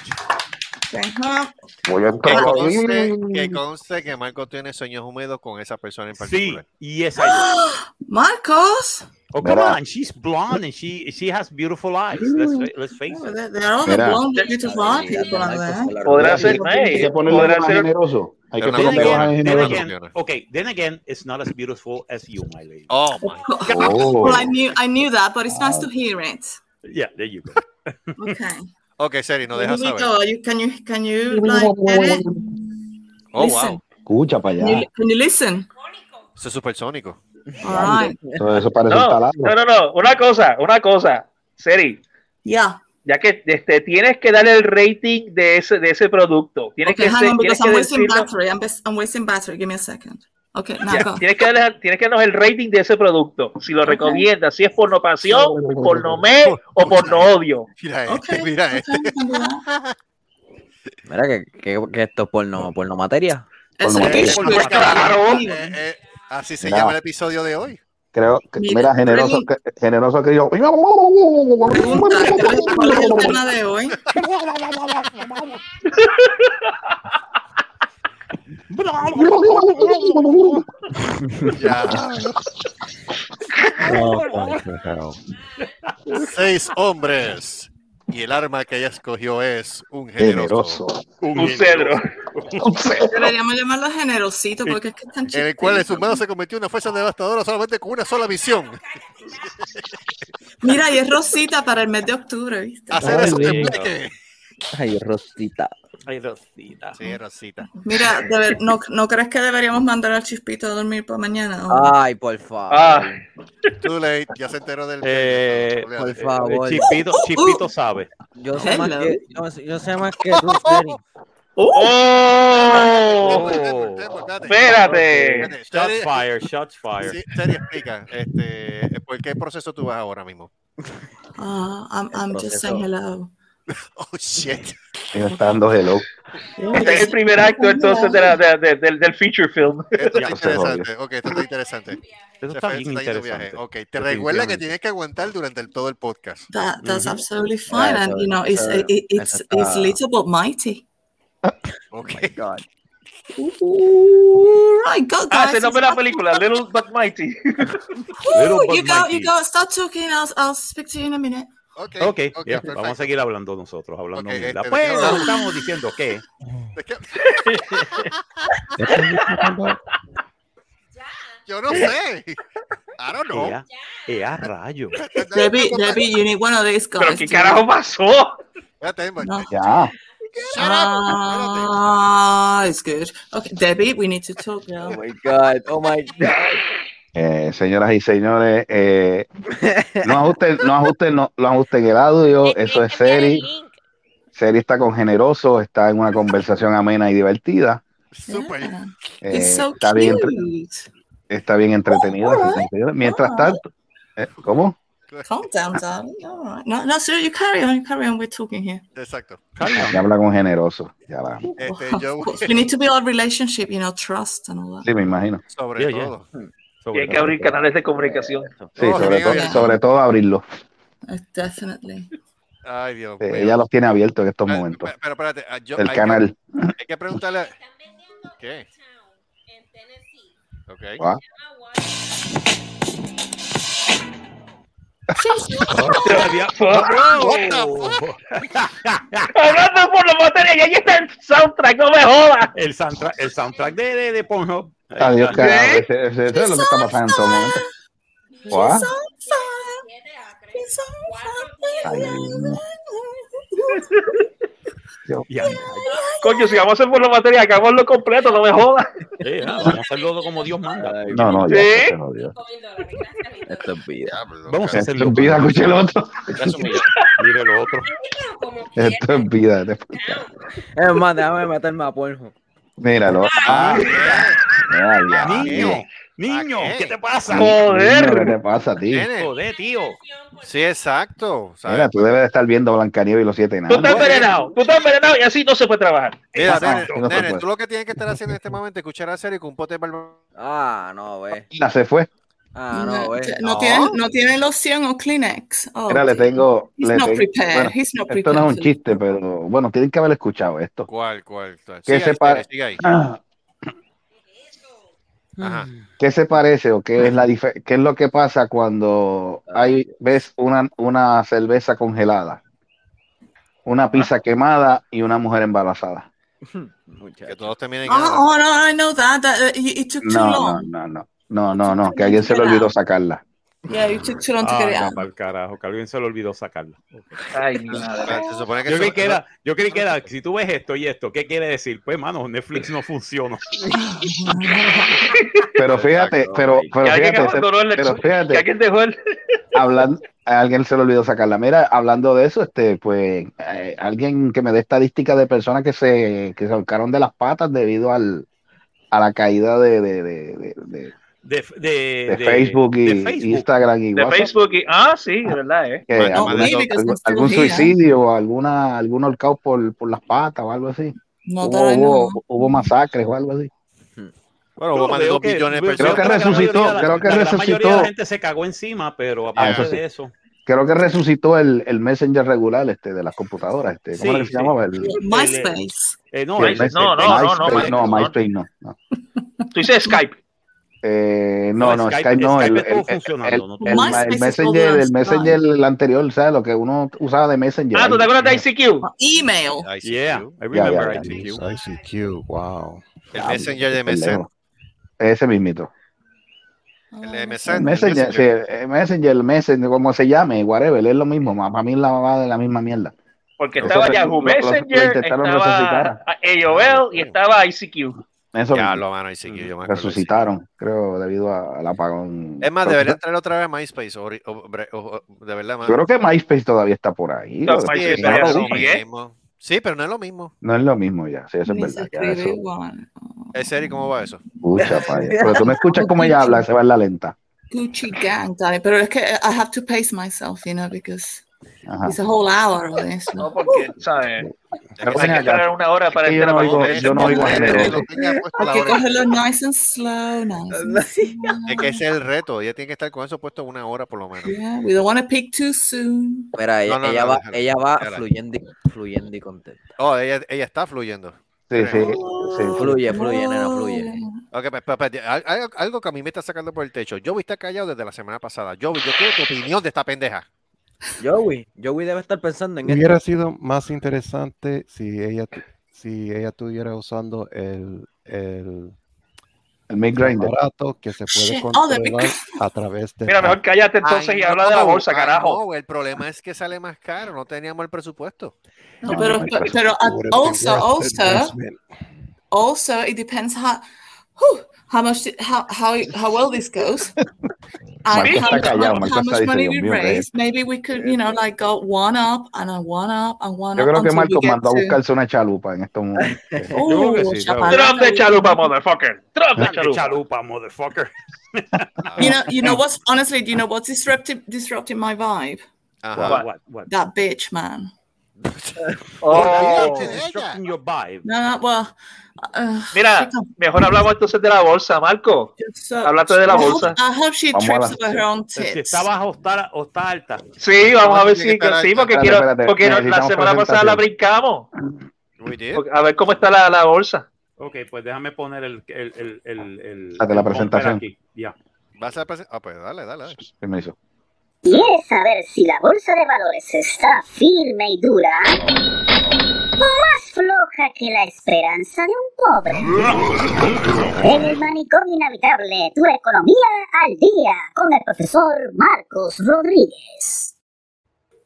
J: Okay, huh?
E: Voy a
I: Que
E: entrar
I: conste,
E: ahí.
I: que conste que Marco tiene sueños húmedos con esa persona en
C: Sí,
I: particular.
C: y esa yo.
J: Marcos.
C: Oh, come
E: Mira. Mm.
C: on, she's blonde and she, she has beautiful eyes. Let's, fa- let's face
J: Oh,
C: it.
J: they- They're all the
E: Mira.
J: blonde, beautiful black people out there.
G: Podrá ser.
E: Hay
G: hey,
E: que ponerlo
G: podrá
E: más
G: ser-
E: generoso. Hay que
F: Pero no
C: Then
E: ponerlo
F: conviene,
E: más
C: again, then
E: generoso.
F: conviene.
C: again, okay, then again, it's not as beautiful as you, my lady.
F: Oh, my.
E: Oh.
J: Well, I knew, I knew that, but it's nice to hear it.
C: Yeah, there you go.
J: Okay.
I: Ok, Seri, no
J: Here
I: dejas
J: we
I: saber.
J: go. Are you, can you can you like get it?
F: Oh,
J: Listen.
F: wow.
E: Escucha para
J: Can you,
E: allá.
J: can you listen?
I: Eso es supersónico.
J: All right.
E: Todo eso parece un
G: No,
E: taladro.
G: no, no, no. Una cosa, una cosa. Seri,
J: Yeah.
G: ya que este, tienes que dar el rating de ese, de ese producto. Tienes
J: Okay,
G: que,
J: hang
G: ser-
J: on because
G: tienes
J: I'm
G: que
J: wasting
G: decirnos-
J: battery. I'm, bas- I'm wasting battery. Give me a second. Okay, now
G: Ya,
J: go.
G: tienes, que darle- tienes que darnos el rating de ese producto. Si lo recomiendas, si es por no pasión, por no me o por no odio.
I: Mira este,
J: Okay,
I: mira
J: okay,
I: este.
J: we can do that.
K: Mira que, que, que esto es porno, porno materia.
J: It's
E: no,
J: a dish
I: por
J: with-
I: claro. Eh,
J: Anyway,
I: eh, así se
E: Mira.
I: llama el episodio de hoy.
E: Creo que,
J: Mira,
E: mira, generoso, que, generoso que yo.
J: Pregunta, ¿cuál es- ¿cuál es el tema de hoy?
I: Ya. Seis hombres. Y el arma que ella escogió es un
E: Generoso.
I: generoso.
G: Un cedro.
J: Deberíamos llamarlo generosito porque es que están
I: en el cual el humano se cometió una fuerza devastadora solamente con una sola misión.
J: Mira, y es Rosita para el mes de octubre, ¿viste?
I: Hacer eso
K: Ay,
I: en
K: lindo.
I: Blackie.
K: Ay, Rosita.
C: Ay, Rosita.
I: Sí, Rosita.
J: Mira, de ver- ¿no, ¿no crees que deberíamos mandar al chispito a dormir para mañana? o-
K: Ay, por favor.
F: Ah.
I: Too late, ya se enteró del.
C: Ah. Eh,
K: Por
C: eh,
K: favor.
C: Chispito, Chispito sabe.
K: Yo sé más
J: Hello.
K: que, Eh, yo, sé- yo sé más que tú, Jerry.
G: ¡Oh!
C: Oh.
G: Espérate.
C: Shots fire, shots fire.
I: Sí, Terry, explica, este, ¿por qué proceso tú vas ahora mismo?
J: Ah, I'm, I'm just saying hello.
I: Oh, shit.
E: Ella está dando hello.
G: Este es el primer acto entonces de la- de- de- del, del feature film.
I: Esto está
E: Ya,
I: interesante.
E: obvio.
I: Ok, esto está interesante.
C: Eso
I: Se
C: está
I: fue-
C: bien
I: se está yendo de
C: interesante.
I: Ok, te recuerda que
C: Definitivamente.
I: tienes que aguantar durante el- todo el podcast.
J: That, that's
C: Ujú.
J: absolutely fine.
K: Ah,
J: and,
K: eso-
J: you know, it's,
K: eso-
J: it- it's,
K: eso
J: it's
K: está-
J: little but mighty.
I: Ok.
K: God.
J: Ooh, right, go,
G: Ah,
J: guys.
G: se nombre la película, Little But Mighty.
C: Little
J: Ooh,
C: but
J: you go,
C: mighty.
J: you go. Stop talking. I'll, I'll speak to you in a minute.
I: Ok,
C: Ok,
I: ok,
C: ya,
I: perfecto.
C: vamos a seguir hablando nosotros, hablando
I: Ok,
C: mierda.
I: este,
C: Pues
I: no.
C: estamos diciendo que
I: Es que
H: Esto
I: Yo no sé. I don't know.
C: ea, ea rayo.
J: Debbie, Debbie, you need one of these guys.
G: Pero qué
J: to-
G: carajo pasó.
I: Espérate, Emma.
J: No.
E: Ya.
I: Shut up.
J: Ah, it's good. Okay, Debbie, we need to talk
K: Oh
J: now.
K: my God. Oh my God.
E: Eh, señoras y señores, eh, no ajusten, no ajusten, no, no ajusten el audio. Eso es Seri. Seri está con generoso, está en una conversación amena y divertida.
I: Súper.
J: Yeah.
E: Eh,
J: It's so
E: está, bien, entre-
J: cute.
E: está bien entretenida.
J: alright,
E: así que, Mientras
J: alright.
E: tanto, eh, ¿cómo?
J: Calm down, darling. All right. No, no, sir, you carry on. You carry on. We're talking here.
I: Exacto.
E: Ya habla con generoso. Ya la-
I: Este,
J: Oh, Of
I: yo
J: course, we need to build relationship, you know, trust and all that.
E: Sí, me imagino.
I: sobre
C: Yeah, yeah.
I: todo.
G: Y hay que abrir canales de comunicación.
E: Sí,
I: Oh,
E: sobre,
I: bien,
E: todo-
J: bien.
E: sobre todo abrirlo.
J: Uh, definitely.
I: Ay, Dios
E: Eh,
I: mío.
E: ella los tiene abiertos en estos
I: Ah,
E: momentos.
I: pe- Pero espérate, ah, yo-
E: El
I: hay
E: canal.
I: Que, hay que preguntarle. a-
D: Están vendiendo
I: ¿Qué?
D: Town en Tennessee.
I: Ok.
E: Ah,
D: Agua.
I: What the fuck?
G: Hablando por la materia y ahí está el soundtrack, no me jodas.
C: El soundtrack, el soundtrack de, de, de Pornhub. Ahí está.
E: Adiós, carajo.
G: ¿Qué?
E: Ese- ese- Eso es lo que está pasando en todo momento. Guau.
J: It's on fire.
D: Siete acres.
J: It's on
D: Cuatro
E: Ay, no.
C: Ya, ya,
G: Coño, si vamos a hacer por la materia, hagámoslo completo, no me jodas.
C: ya, ah, vamos a hacerlo como Dios manda.
K: Ay,
E: No, no, ya.
G: ¿Sí?
E: se jodió.
D: cinco mil dólares. Gracias, mi
K: Esto es vida.
I: Diablo,
C: Vamos a
I: cara.
E: Esto
C: hacerlo.
E: es vida, escucha el otro.
K: Ya es humillante.
C: Mire lo otro.
D: Pero como
E: Esto es vida. te-
K: Es más, déjame meterme a porno.
E: Míralo. Ah, mira, ya.
C: Niño,
E: Niño,
C: niño,
I: ¿A qué?
C: ¿qué te pasa?
E: ¿Qué
G: Joder.
E: te pasa a ti?
I: Nene,
C: Joder, tío.
I: Sí, exacto. ¿sabes?
E: Mira, tú debes de estar viendo Blancanieves y los siete
G: Tú estás
E: enanos.
G: envenenado, tú estás envenenado y así no se puede trabajar.
I: Mira,
E: Exacto.
I: nene,
E: No se
I: nene,
E: puede.
I: tú lo que tienes que estar haciendo en este momento es escuchar a serie con un pote de barba-
K: Ah, no, ve.
E: Ya se fue.
K: Ah, no, ve.
J: no,
I: Oh.
J: tiene, no tiene loción o Kleenex. Oh,
E: Mira, le
J: dear.
E: tengo.
J: He's
E: le
J: not
E: tengo-
J: prepared.
E: bueno,
J: He's not
E: esto
J: prepared.
E: no es
J: for
E: un chiste, pero bueno, tienen que haber escuchado esto.
I: ¿Cuál, cuál? cuál?
E: Que
I: Sigue ahí,
E: sepa-
I: Tere, sigue ahí.
E: Ah,
G: Ah.
I: Ajá.
E: ¿Qué se parece o qué es la dife- qué es lo que pasa cuando hay ves una, una cerveza congelada, una
I: Ah.
E: pizza quemada y una mujer embarazada?
I: Que
K: Muchacho.
I: todos terminen.
J: this.
I: en nada.
J: Oh, oh, no, I know that. that uh, y- it took too
E: No, no,
J: long.
E: no, no, no, no, no, que alguien se le olvidó sacarla.
J: Yeah, it took too long to get it
C: Ah,
J: out.
C: para el carajo, que alguien se le olvidó sacarla.
G: Ay, mi madre.
I: Se supone que
C: Yo creí
I: eso-
C: que era, yo creí que era, si tú ves esto y esto, ¿qué quiere decir? Pues, mano, Netflix no funciona.
E: Pero fíjate,
K: Exacto,
E: pero,
K: ahí.
E: pero
G: Que alguien
E: fíjate, se-
G: abandonó el
E: pero
G: lecho-
E: fíjate,
G: que alguien dejó el.
E: hablan- a alguien se le olvidó sacarla. Mira, hablando de eso, este, pues, eh, alguien que me dé estadística de personas que se, que se ahorcaron de las patas debido al, a la caída de, de, de, de- de-
C: De, de-
E: de
C: de-
E: Facebook y
C: de Facebook.
E: Instagram y
G: De
E: WhatsApp,
G: Facebook y. Ah, sí, de verdad, eh.
E: que
I: Bueno,
E: algún-
I: maybe
E: algún,
J: because it's
E: algún
J: still here.
E: suicidio o alguna, algún ahorcado por, por las patas o algo así.
J: No, that
E: Hubo,
J: I know.
E: hubo, hubo masacres o algo así.
I: Bueno, hubo
C: Yo
I: más de
C: veo
I: dos
C: que-
I: billones de
C: veo-
E: Creo
I: personas.
E: que
C: la
E: resucitó,
C: mayoría de la-
E: creo que
C: la- La mayoría de
E: resucitó.
C: la gente se cagó encima, pero
E: Ah,
C: aparte
E: eso sí.
C: de eso.
E: Creo que resucitó el, el Messenger regular este de las computadoras. Este, ¿Cómo
C: Sí,
E: era que
C: sí.
E: se llamaba? El,
J: MySpace.
C: eh, no,
E: Sí,
C: hay-
E: el
G: no,
E: MySpace-
G: no, no, no,
E: MySpace- no,
G: MySpace no.
E: MySpace no, no.
G: Tú dices Skype.
E: Eh, no,
C: No,
E: no,
C: Skype-
E: Skype, no.
C: Skype
E: El,
C: estuvo
E: el- el-
C: funcionando,
E: el-
C: ¿no?
E: el-
C: MySpace
E: el
C: estuvo
E: Messenger, el
C: en Skype.
E: Messenger, el anterior, ¿sabes? Lo que uno usaba de Messenger.
G: Ah, ¿tú te acuerdas de ICQ?
J: Oh, Email.
C: Yeah, I
E: remember Yeah,
F: ICQ.
E: ICQ, wow.
F: El Messenger de MSN.
E: Ese mismito.
D: Ah,
F: El
E: El
F: MSN.
E: Messenger, sí, el Messenger, el Messenger, como se llame, whatever, es lo mismo. ma- Para mí es la mamá de la misma mierda.
G: Porque
E: Eso
G: estaba
E: lo-
G: Yahoo
E: lo- lo- lo
G: Messenger,
E: intentaron
G: estaba
E: resucitar.
G: AOL y estaba ICQ.
E: Eso
F: Ya,
E: mismo.
F: lo mano, ICQ, yo
G: Ah,
F: me acuerdo.
E: resucitaron, creo, debido a- al apagón.
F: Es más,
E: Pero-
F: debería entrar otra vez a MySpace. o- o- bre- o- o- de verdad,
E: Yo creo que MySpace todavía está por ahí.
F: No,
E: lo-
F: MySpace
E: no,
F: todavía
E: lo-
F: sigue. Sí, pero no es lo mismo.
E: no es lo mismo ya, sí, eso es verdad. ya eso-
F: Eh, Seri, ¿cómo va eso?
E: Pucha, pa' allá. Pero tú no escuchas cómo ella habla, se va en la lenta.
J: Gucci gang, dale. Pero es que I have to pace myself, you know, because
E: Ajá.
J: it's a whole hour of this.
G: No, porque, ¿sabes?
E: Pero
G: Hay
E: ven
G: que
E: acá,
G: esperar una hora para
E: es que yo
G: entrar
E: no
G: a
E: oigo,
G: Google.
E: yo no oigo género.
J: Hay que cogerlo nice and slow, nice and slow.
F: Es que ese es el reto. Ella tiene que estar con eso puesto una hora por lo menos.
J: Yeah, we don't want to pick too soon.
K: Espera, ella,
F: No, no,
K: ella
F: no,
K: va,
F: déjala,
K: ella va
F: déjala.
K: fluyendo, y, fluyendo y contenta.
F: Oh, ella, ella está fluyendo.
E: Sí, sí, sí.
K: Fluye, fluye, nena, fluye.
F: Ok, pues, pues, pues, al- al- algo que a mí me está sacando por el techo. Joey está callado desde la semana pasada. Joey, yo quiero tu opinión de esta pendeja.
K: Joey, Joey debe estar pensando en
H: Hubiera
K: esto.
H: sido más interesante si ella, tu- si ella estuviera usando el, el,
E: El Mick Grinder.
H: aparato que se puede
K: Shit, oh, the big-
H: controlar a través
E: Este,
H: de.
G: Mira,
E: ah,
G: mejor cállate entonces
F: Ay,
G: y
F: no,
G: habla de la bolsa,
F: ay,
G: carajo.
F: no, el problema es que sale más caro. No teníamos el presupuesto.
J: No, pero, pero uh, also, also, also, it depends how, whew, how much, how, how, how well this goes.
E: Marco
J: how,
E: está callado, Marco
J: how
E: está
J: much money we
E: diciendo, "Dios mío, rey".
J: raise. Maybe we could, you know, like go one up and a one up and one
E: Yo
J: up.
E: creo
J: until
E: que
J: we
E: Marco
J: get
E: mandó a
J: to-
E: buscarse una chalupa en estos momentos.
I: Uh,
J: Oh,
G: Uh,
C: creo que sí,
J: chaparrita.
G: Drop de chalupa, motherfucker. Drop de
C: Dale
G: chalupa.
C: chalupa, motherfucker.
J: You know, you know what's honestly, do you know what's disrupting disrupting my vibe?
F: Ajá.
C: What, what?
J: That bitch, man.
G: Oh.
C: It's disrupting your vibe.
J: No, no, well, uh,
G: Mira, mejor hablamos entonces de la bolsa, Marco.
J: so,
G: Háblate de la
J: I hope-
G: bolsa.
J: I hope she
E: Vamos a
J: trips
E: la-
J: over her own
C: Si
J: tits.
C: está baja o está, o está alta.
G: Sí, vamos a ver
F: Tiene
G: si
F: que estar
G: sí,
F: alta.
G: porque
E: Espérate,
G: quiero,
E: espérate,
G: porque no- la
E: necesitamos
G: semana pasada la
E: presentación.
G: brincamos.
F: We did.
G: Porque- A ver cómo está la, la bolsa.
C: Ok, pues déjame poner el. el, el, el, el-
E: La Ah, de la
C: el bumper
E: presentación.
C: aquí. Ya.
F: ¿Vas a presen- Ah, pues dale, dale. dale.
E: Permiso.
B: ¿Quieres saber si la bolsa de valores está firme y dura? ¿O más floja que la esperanza de un pobre? En el manicomio inhabitable, tu economía al día, con el profesor Marcos Rodríguez.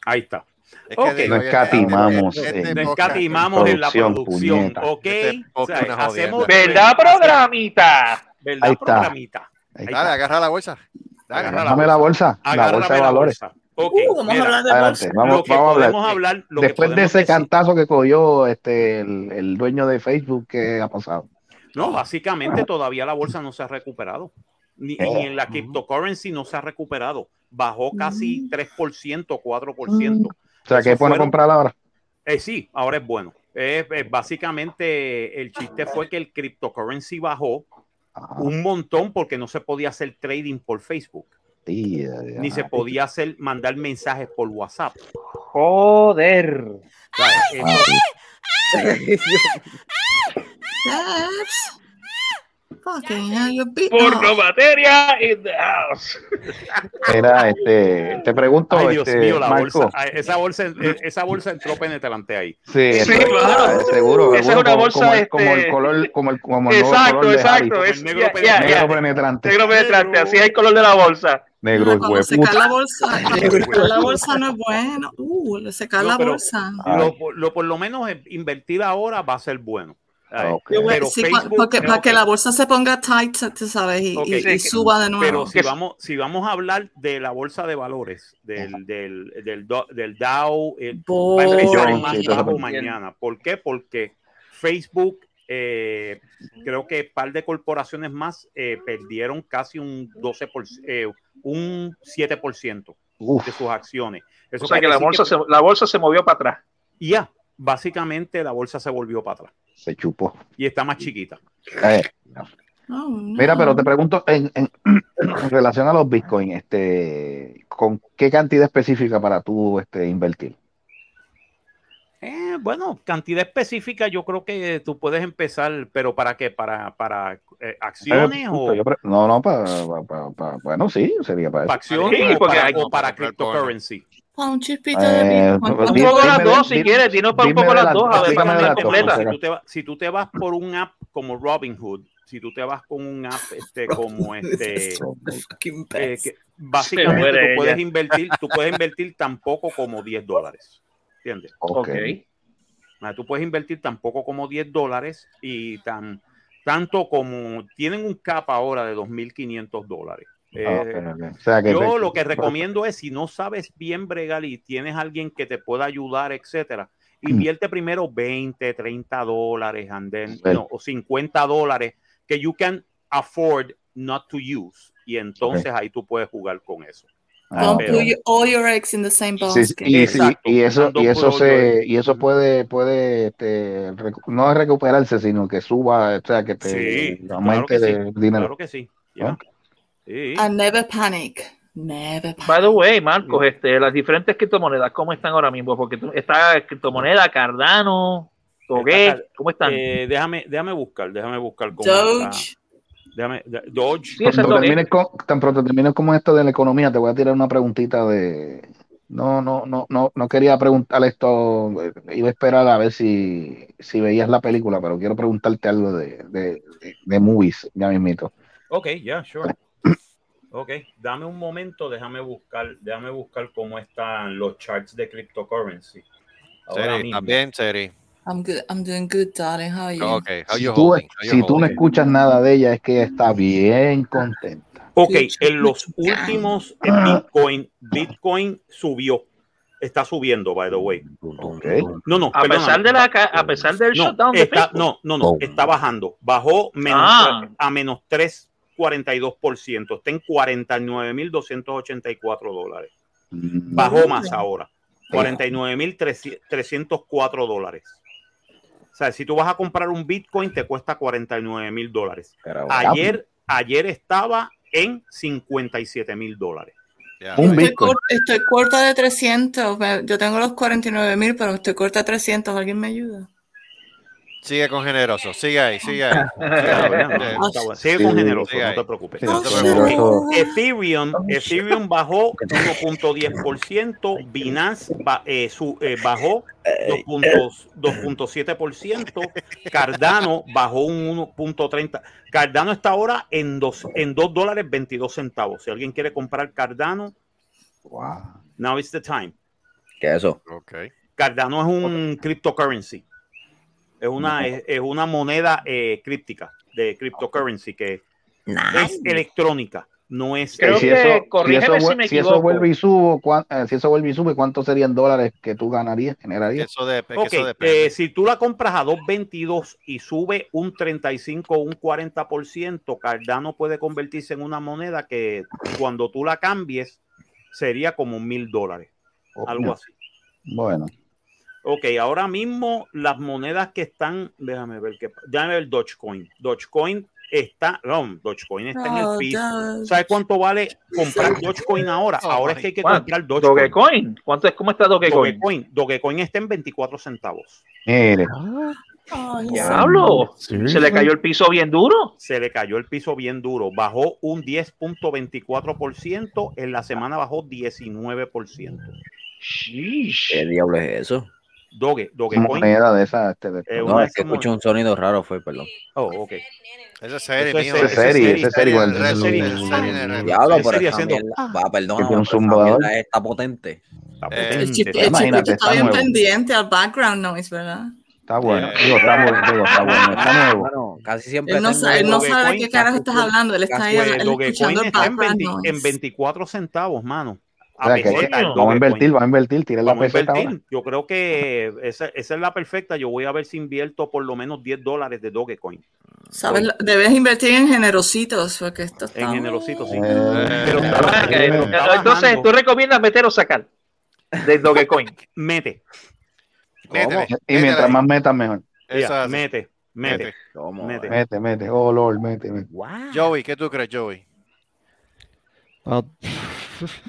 C: Ahí está.
F: Es
C: Ok.
E: No
F: digo, oye,
E: escatimamos,
F: este- este
E: eh.
F: podcast-
C: Descatimamos en la
E: Producción,
C: producción. Ok.
F: Este
C: O sea,
F: podcast una
C: hacemos.
G: ¿Verdad, programita?
C: ¿Verdad,
E: Ahí está.
C: programita?
E: Ahí
F: Dale,
E: está.
F: agarra la bolsa. Dale.
C: Agarra la
E: Dame la bolsa, la
C: Agárrame
E: bolsa de
C: la
E: valores.
C: bolsa. Ok,
J: Uh, vamos
C: mira,
J: a hablar de
E: Adelante,
J: bolsa.
E: vamos,
C: lo que
E: vamos a
C: podemos
E: hablar.
C: hablar. lo que
E: Después de
C: podemos
E: ese
C: decir-
E: cantazo que cogió este, el, el dueño de Facebook, ¿qué ha pasado?
C: No, básicamente todavía la bolsa no se ha recuperado. Ni,
E: Oh.
C: ni en la cryptocurrency no se ha recuperado. Bajó casi 3%, 4%.
E: O sea,
C: Eso
E: ¿qué pone a
C: fueron-
E: comprar ahora?
C: Eh, sí, ahora es bueno. Es- es básicamente el chiste fue que el cryptocurrency bajó
E: Ah,
C: un montón porque no se podía hacer trading por Facebook,
E: tía,
C: ni se
E: ajá.
C: podía hacer mandar mensajes por WhatsApp.
G: Joder.
C: ¿sabes?
E: Ah, sí.
J: Yes. Fucking hell, you beat
G: Porno
J: up.
G: materia in the house.
E: Mira, este, te pregunto,
C: Ay, Dios
E: este,
C: mío, la
E: Marco.
C: bolsa. Ay, Esa bolsa, eh, esa bolsa entró penetrante ahí.
E: Sí, este,
G: claro.
E: ah, seguro.
G: Esa es
E: seguro,
G: una
E: como-
G: bolsa,
E: como, el- como
G: este,
E: el color, como el, como el nuevo
G: Exacto,
E: color de Harry,
G: exacto. Es,
C: el negro
G: ya, ya,
E: negro
G: ya.
E: penetrante,
G: Negro penetrante, así es el color de la bolsa.
E: negro
J: Cuando
E: hueputa.
J: secar la bolsa, cuando
C: Negro,
J: secar la bolsa no es bueno. Uh, secar
C: No,
J: la
C: pero-
J: bolsa.
E: Ay.
C: Lo, lo- por lo menos eh, invertir ahora va a ser bueno. Ay,
E: Ah, Ok.
C: Pero
J: Sí, pa-
C: Facebook,
J: porque, para
C: ok.
J: que la bolsa se ponga tight, tú sabes, y,
C: Ok,
J: y-
C: sí,
J: y
C: que-
J: suba de nuevo.
C: Pero si vamos, si vamos a hablar de la bolsa de valores, del, del, del, do- del Dow, el- va a empezar
E: Jones,
C: más
E: sí, todo eso.
C: bajo mañana. ¿Por qué? Porque Facebook, eh, creo que un par de corporaciones más eh, perdieron casi un 12%, por, eh, un 7%
E: Uf,
C: de sus acciones. Eso
G: O sea que
C: quiere
G: la
C: decir
G: bolsa, se, la bolsa se movió para atrás.
C: Ya, básicamente la bolsa se volvió para atrás
E: se chupó.
C: y está más chiquita.
E: Eh,
J: Oh, no.
E: mira, pero te pregunto en, en- en relación a los bitcoins, este, ¿con qué cantidad específica para tú este, invertir?
C: Eh, Eh, bueno, cantidad específica yo creo que tú puedes empezar, pero ¿para qué? ¿Para, para eh, acciones
E: Eh,
C: o
E: yo pre- no, no, para, bueno, sí, sería para eso.
C: para acciones
G: Sí,
C: o
G: porque
C: para,
G: hay-
C: o para cryptocurrency?
J: Con un chispito
E: Eh,
J: de
E: pues,
G: Un
E: di-
J: Bitcoin.
G: poco
E: dime
G: las
E: de-
G: dos, si
E: di-
G: quieres, dinos para un
E: dime
G: poco
E: de
G: las
E: las
G: dos,
E: dos,
G: a ver
E: explícame
G: si
E: de las dos,
G: completa.
E: por
C: Si tú, te vas, si tú te vas por un app como Robinhood, si tú te vas con un app este, como este,
J: Fucking
C: eh,
J: best.
C: que
G: Se
C: básicamente
G: muere
C: tú puedes
G: ella.
C: invertir, tú puedes invertir tan poco como 10 dólares. ¿Entiendes?
E: Ok.
G: Ok.
C: O sea, Tú puedes invertir tan poco como 10 dólares y tan tanto como tienen un cap ahora de 2.500 dólares.
E: Ah,
C: Eh,
E: ok, ok. O sea, que
C: yo
E: te-
C: lo que recomiendo es si no sabes bien bregar y tienes alguien que te pueda ayudar, etcétera,
G: Mm.
C: invierte primero 20, 30 dólares and then,
E: Ok.
C: no, o 50 dólares que you can afford not to use y entonces ahí tú puedes jugar con eso.
E: Ah,
J: Don't
E: ok.
C: pero-
J: put your- all your eggs in the same
E: Sí, sí,
J: basket.
E: y, sí,
C: Exacto.
E: y eso
C: Ando
E: y
C: puro
E: eso
C: yo.
E: se y eso puede puede este, recu- no es recuperarse sino que suba o sea que te
C: Sí, claro
E: aumente
C: que sí,
E: de dinero
C: Claro que sí. ya. Sí.
J: And never panic. Never panic.
G: By the way, Marcos, este, las diferentes criptomonedas, ¿cómo están ahora mismo? Porque tú- está criptomoneda, Cardano,
C: Está
G: Toget,
C: Car-
G: ¿cómo están?
C: Eh, déjame, déjame buscar, déjame buscar cómo está.
J: Doge.
C: Déjame, de- Doge.
G: Sí, ese es
E: Cuando
G: lo que-
E: termines con, tan pronto termines como esto de la economía te voy a tirar una preguntita de no no no no no quería preguntar esto eh, iba a esperar a ver si si veías la película pero quiero preguntarte algo de de, de- de movies ya mismito
C: Ok, ya, sure. Ok, dame un momento, déjame buscar, déjame buscar cómo están los charts de cryptocurrency. Ahora
F: Seri,
C: mismo.
F: también, Seri.
J: I'm good. I'm doing good, darling. How are you?
F: Ok, how
E: si
F: you
E: tú
F: holding? How you
E: si tú no
F: holding?
E: escuchas nada de ella es que ella está bien contenta
C: Ok, en los últimos eh, Bitcoin, Bitcoin subió. Está subiendo, by the way.
E: Ok.
C: No, no,
G: A
C: perdóname.
G: pesar, de la, ca- a pesar del
C: no,
G: shutdown de
C: está,
G: Facebook.
C: no, no, no, está bajando. Bajó menos,
G: Ah.
C: a menos 3,42%. Está en 49.284 dólares. Bajó más ahora. 49.304 dólares. O sea, si tú vas a comprar un Bitcoin, te cuesta 49.000 dólares.
E: Pero,
C: Ayer, ayer estaba en 57.000 dólares.
F: Ya,
E: Un
J: Estoy,
E: Bitcoin.
J: cor- estoy corta de 300. Me- Yo tengo los 49 mil, pero estoy corta de 300. ¿Alguien me
E: Mm,
J: ayuda?
F: Sigue con generoso, sigue ahí, sigue ahí.
C: Está bueno, no,
F: Sí.
C: está bueno. Sigue con
E: Sí.
C: generoso,
F: Sí,
C: no
F: ahí.
C: te preocupes.
E: Sí,
F: No te
J: Oh,
F: preocupes.
E: Generoso.
J: shit.
C: Ethereum, Ethereum bajó 1.10%, Binance ba- eh, su- eh, bajó 2.2 2.7%, Cardano bajó un 1.30%. Cardano está ahora en 2, en 2 dólares 22 centavos. Si alguien quiere comprar Cardano,
E: Wow.
C: now is the time.
K: ¿Qué es eso?
F: Ok.
C: Cardano es un cryptocurrency. Es una, es, es una moneda eh, críptica de cryptocurrency que es electrónica, no es
G: Creo
E: Y si
G: que-
E: eso, si
G: corrígeme
E: eso
G: si
E: vuel-
G: me
E: si eso
G: equivoco.
E: vuelve y subo, cuán- eh, si eso vuelve y sube, ¿cuánto serían dólares que tú ganarías, generarías?
F: Eso, de, que
C: Ok,
F: eso depende.
C: eh, si tú la compras a 2.22 y sube un 35 o un 40%, Cardano puede convertirse en una moneda que cuando tú la cambies sería como mil dólares,
E: Oh,
C: algo así. Eh,
E: Bueno,
C: Ok, ahora mismo las monedas que están, déjame ver qué, déjame ver Dogecoin. Dogecoin está, no, Dogecoin está en el
J: Oh,
C: piso.
J: Doge.
C: ¿Sabes cuánto vale comprar Dogecoin ahora?
F: Oh,
C: ahora
F: my
C: es que hay que
G: ¿Cuánto?
C: comprar Dogecoin.
G: Dogecoin. ¿Cuánto es? ¿Cómo está Dogecoin?
C: Dogecoin, Dogecoin está en 24 centavos.
E: mire,
C: ah,
J: Oh, he's so-
G: Diablo. Se le
H: Seriously?
G: cayó el piso bien duro.
C: se le cayó el piso bien duro, bajó un 10.24%, en la semana bajó 19%.
G: Sheesh.
K: ¿Qué diablo es eso?
C: Doge, Dogecoin.
E: moneda de esa. Este, de-
C: Eh,
K: No,
C: una
K: es que
C: de esas
K: escuché un sonido raro, fue, perdón.
C: Oh, ok.
F: Esa es serie,
C: Eso es
F: mijo.
E: esa
C: serie,
E: es serie,
F: Esa
E: esa es serie,
F: en el
E: cuando-
F: resto,
C: serie.
F: esa es serie en el resto.
K: Diablo,
C: Ese
K: pero
C: día
K: esta
C: haciendo,
K: mierda,
C: ah.
K: va,
E: Que tiene
K: perdóname,
E: un
K: pero esta
E: zumbador.
K: mierda está potente.
C: Está
F: Eh,
J: El
C: potente,
J: chip-
C: está-
J: el chipito
E: Imagínate,
J: está
E: está
J: bien
E: nuevo.
J: pendiente al background noise, ¿verdad?
E: Está bueno,
F: Eh.
E: digo, está bueno, digo, está bueno, está nuevo.
K: Bueno, casi siempre
J: Él no,
K: tengo-
J: sabe, él no
C: Dogecoin,
J: sabe de qué carajo estás
K: Dogecoin,
J: hablando. Él está ahí
K: Dogecoin,
J: él
C: Pues Dogecoin
J: escuchando el
C: está en,
J: background
C: 20 en
J: noise.
C: 24 centavos, mano.
E: O sea, que hay que-
C: Apeseta el
E: vamos
G: Coño.
E: a
C: Dogecoin.
E: invertir, vamos a invertir, tira la
C: eh, Vamos a
E: peseta
C: invertir.
E: ahora.
C: Yo creo que esa, esa es la perfecta. Yo voy a ver si invierto por lo menos 10 dólares de Dogecoin.
J: ¿Sabes? lo- Debes invertir en generositos, porque esto está...
C: En generosito, sí.
E: Eh,
C: Pero
G: Pero
C: estaba-
G: acá,
C: pero estaba
G: Entonces,
C: bajando.
G: ¿tú recomiendas meter o sacar de Dogecoin?
C: Mete.
F: Métele,
E: y
F: métele
E: mientras
F: ahí.
E: más metas, mejor.
C: Mira,
F: Eso hace.
C: mete, mete.
F: Mete.
K: ¿Cómo?
C: Mete.
K: eh?
E: Mete, mete, oh Lord, mete, mete.
K: Guau.
F: Joey, ¿qué tú crees, Joey?
H: Ah,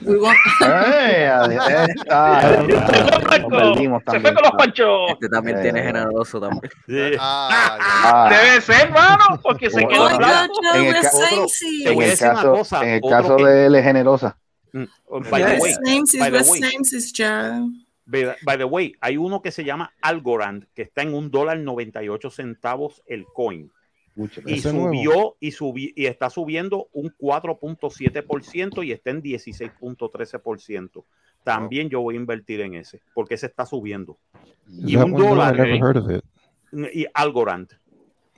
J: We want-
E: Eh, eh, ah, nos perdimos
G: Se fue
E: también.
G: con los panchos.
K: Este también
E: Eh.
K: tiene generoso también.
E: Ah.
G: Debe ser, mano, porque se quedó
K: Oiga,
G: blanco.
E: En el, ca-
J: Sensi.
E: en el
C: voy a decir una
E: caso,
C: cosa,
E: en el
C: otro
E: caso
C: que-
E: de él es generosa.
G: Oh,
C: Mm, By the way,
J: West Names is
C: by the
J: West
C: way.
J: Names is Gerald.
C: By by the way, hay uno que se llama Algorand, que está en un dólar 98 centavos el coin. Y
H: Ese nuevo.
C: subió y, subi- y está subiendo un 4.7% y está en 16.13%. También yo voy a invertir en ese, porque ese está subiendo. Y
H: That
C: un
H: one, no, I
C: dólar. eh.
H: never heard of it.
C: Y Algorand.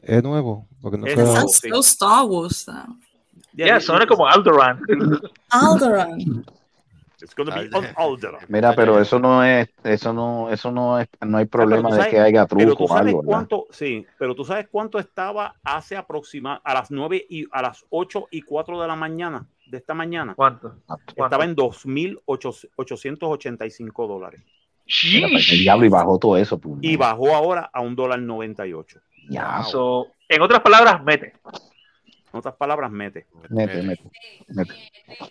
H: Es nuevo. Porque no
C: Es
H: creo-
C: nuevo.
J: Sounds so Star Wars. though.
G: Ya, suena como Alderaan.
J: Alderaan.
C: It's gonna be on Alderaan.
E: Mira, pero eso no es, eso no, eso no es, no hay problema
C: Ah, tú
E: de
C: sabes-
E: que haya
C: Pero
E: truco
C: tú
E: o
C: sabes
E: algo, ¿verdad?
C: cuánto, sí, pero tú sabes cuánto estaba hace aproximadamente a las 9 y a las 8 y 4 de la mañana, de esta mañana.
G: ¿Cuánto?
E: Ah,
C: Estaba en 2.885 dólares.
E: Mira, pues, el diablo y bajó todo eso. pues,
C: Y bajó ahora a un dólar 98.
E: ya,
G: So, en otras palabras, mete.
C: En otras palabras, mete.
E: mete, mete, mete.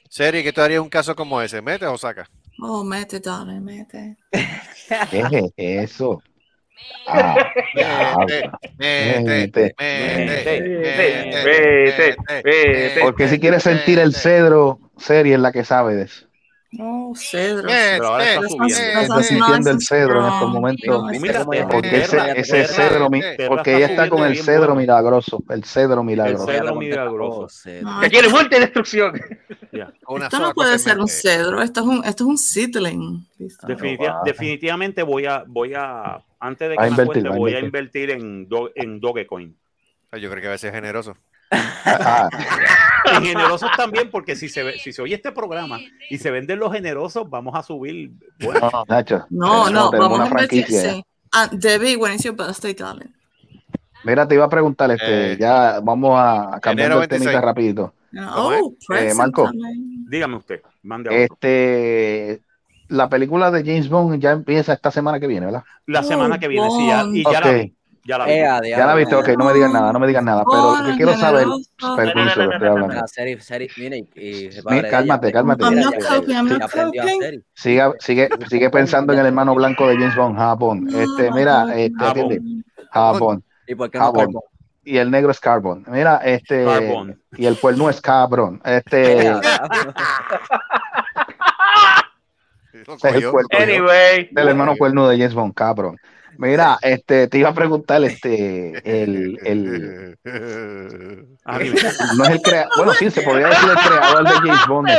I: Seri, ¿qué tú harías en un caso como ese? ¿Mete o saca?
J: Oh, mete, darling, mete.
E: ¿Qué es eso? Ah, diablo.
I: Mete, mete, mete, mete,
G: Vete, vete, vete.
E: Porque si quieres sentir el cedro, serie es la que sabe de eso.
J: Oh, Cedro.
C: Pero ahora está subiendo.
E: Está sintiendo el cedro en estos momentos.
J: No,
C: Mira, eh,
J: Cedro.
C: te-
E: Porque ese,
C: Terra-
E: ese
C: Terra-
E: cedro, mi-
C: Terra
E: porque ella está
C: subiendo
E: con el
C: bien
E: cedro
C: bueno.
E: milagroso, el cedro
C: El
E: milagroso.
C: cedro milagroso.
J: No,
G: Que quiere muerte y destrucción.
C: Ya.
I: Una
J: Esto
I: sola
J: no puede
I: cosa
J: ser un
I: mete.
J: cedro, esto es un, esto es un seedling.
C: Definitiva-
E: Ah.
C: definitivamente voy a, voy a, antes de
E: Va a
C: que me
E: invertir,
C: acueste,
E: va a
C: voy a invertir en, Do- en Dogecoin.
I: Ay, Ah, Yo creo que a veces es generoso.
E: Ah,
C: En generosos también, porque si se, ve- si se oye este programa y se venden los generosos, vamos a subir. Bueno,
E: no, Nacho,
J: No,
E: eso
J: no,
E: tenemos
J: vamos a
E: una
J: invertir.
E: franquicia.
J: Sí. Ah, Debbie, when is your birthday, darling?
E: Mira, te iba a preguntar, este,
I: Eh,
E: ya vamos a cambiar
I: enero
E: el temita
I: 26.
E: rapidito.
I: es?
J: Oh, present,
E: Eh, Marco. Eh,
J: darling.
C: dígame usted, mande otro.
E: Este, la película de James Bond ya empieza esta semana que viene, ¿verdad?
C: La semana que viene, sí, ya, y ya la vi. Ya la vi.
K: Ea, diablo,
E: Ya la viste,
K: ea.
E: ok, no me digas nada, no me digas nada, pero lo que quiero saber,
J: Generoso.
E: permiso, que estoy hablando.
K: La serie, serie, mira, y, y
E: Mira, cálmate, cálmate.
J: I'm
K: Mira,
J: not
K: ya-
J: coping, I'm
K: ya
J: not
K: aprendió a
J: coping.
K: hacer.
E: Siga, sigue, sigue pensando en el hermano blanco de James Bond, Japón.
J: No,
E: Este,
J: no, no,
E: mira,
J: no.
E: este, atiende,
I: Japón.
E: Japón.
K: ¿Y por qué no
E: Carbón.
K: carbón?
E: Y el negro es Carbon. Mira, este,
C: Carbon.
E: y el pueblo es cabrón. Este,
K: Ea, diablo.
I: Lo
E: el
I: cogió,
E: cuerpo.
I: lo cogió.
G: Anyway,
E: El hermano cuerno de James Bond, cabrón. Mira, este, te iba a preguntar, este, el, el,
C: A mí me-
E: no es el creador, bueno, sí, se podría decir el creador de James Bond,
G: ¡Eh,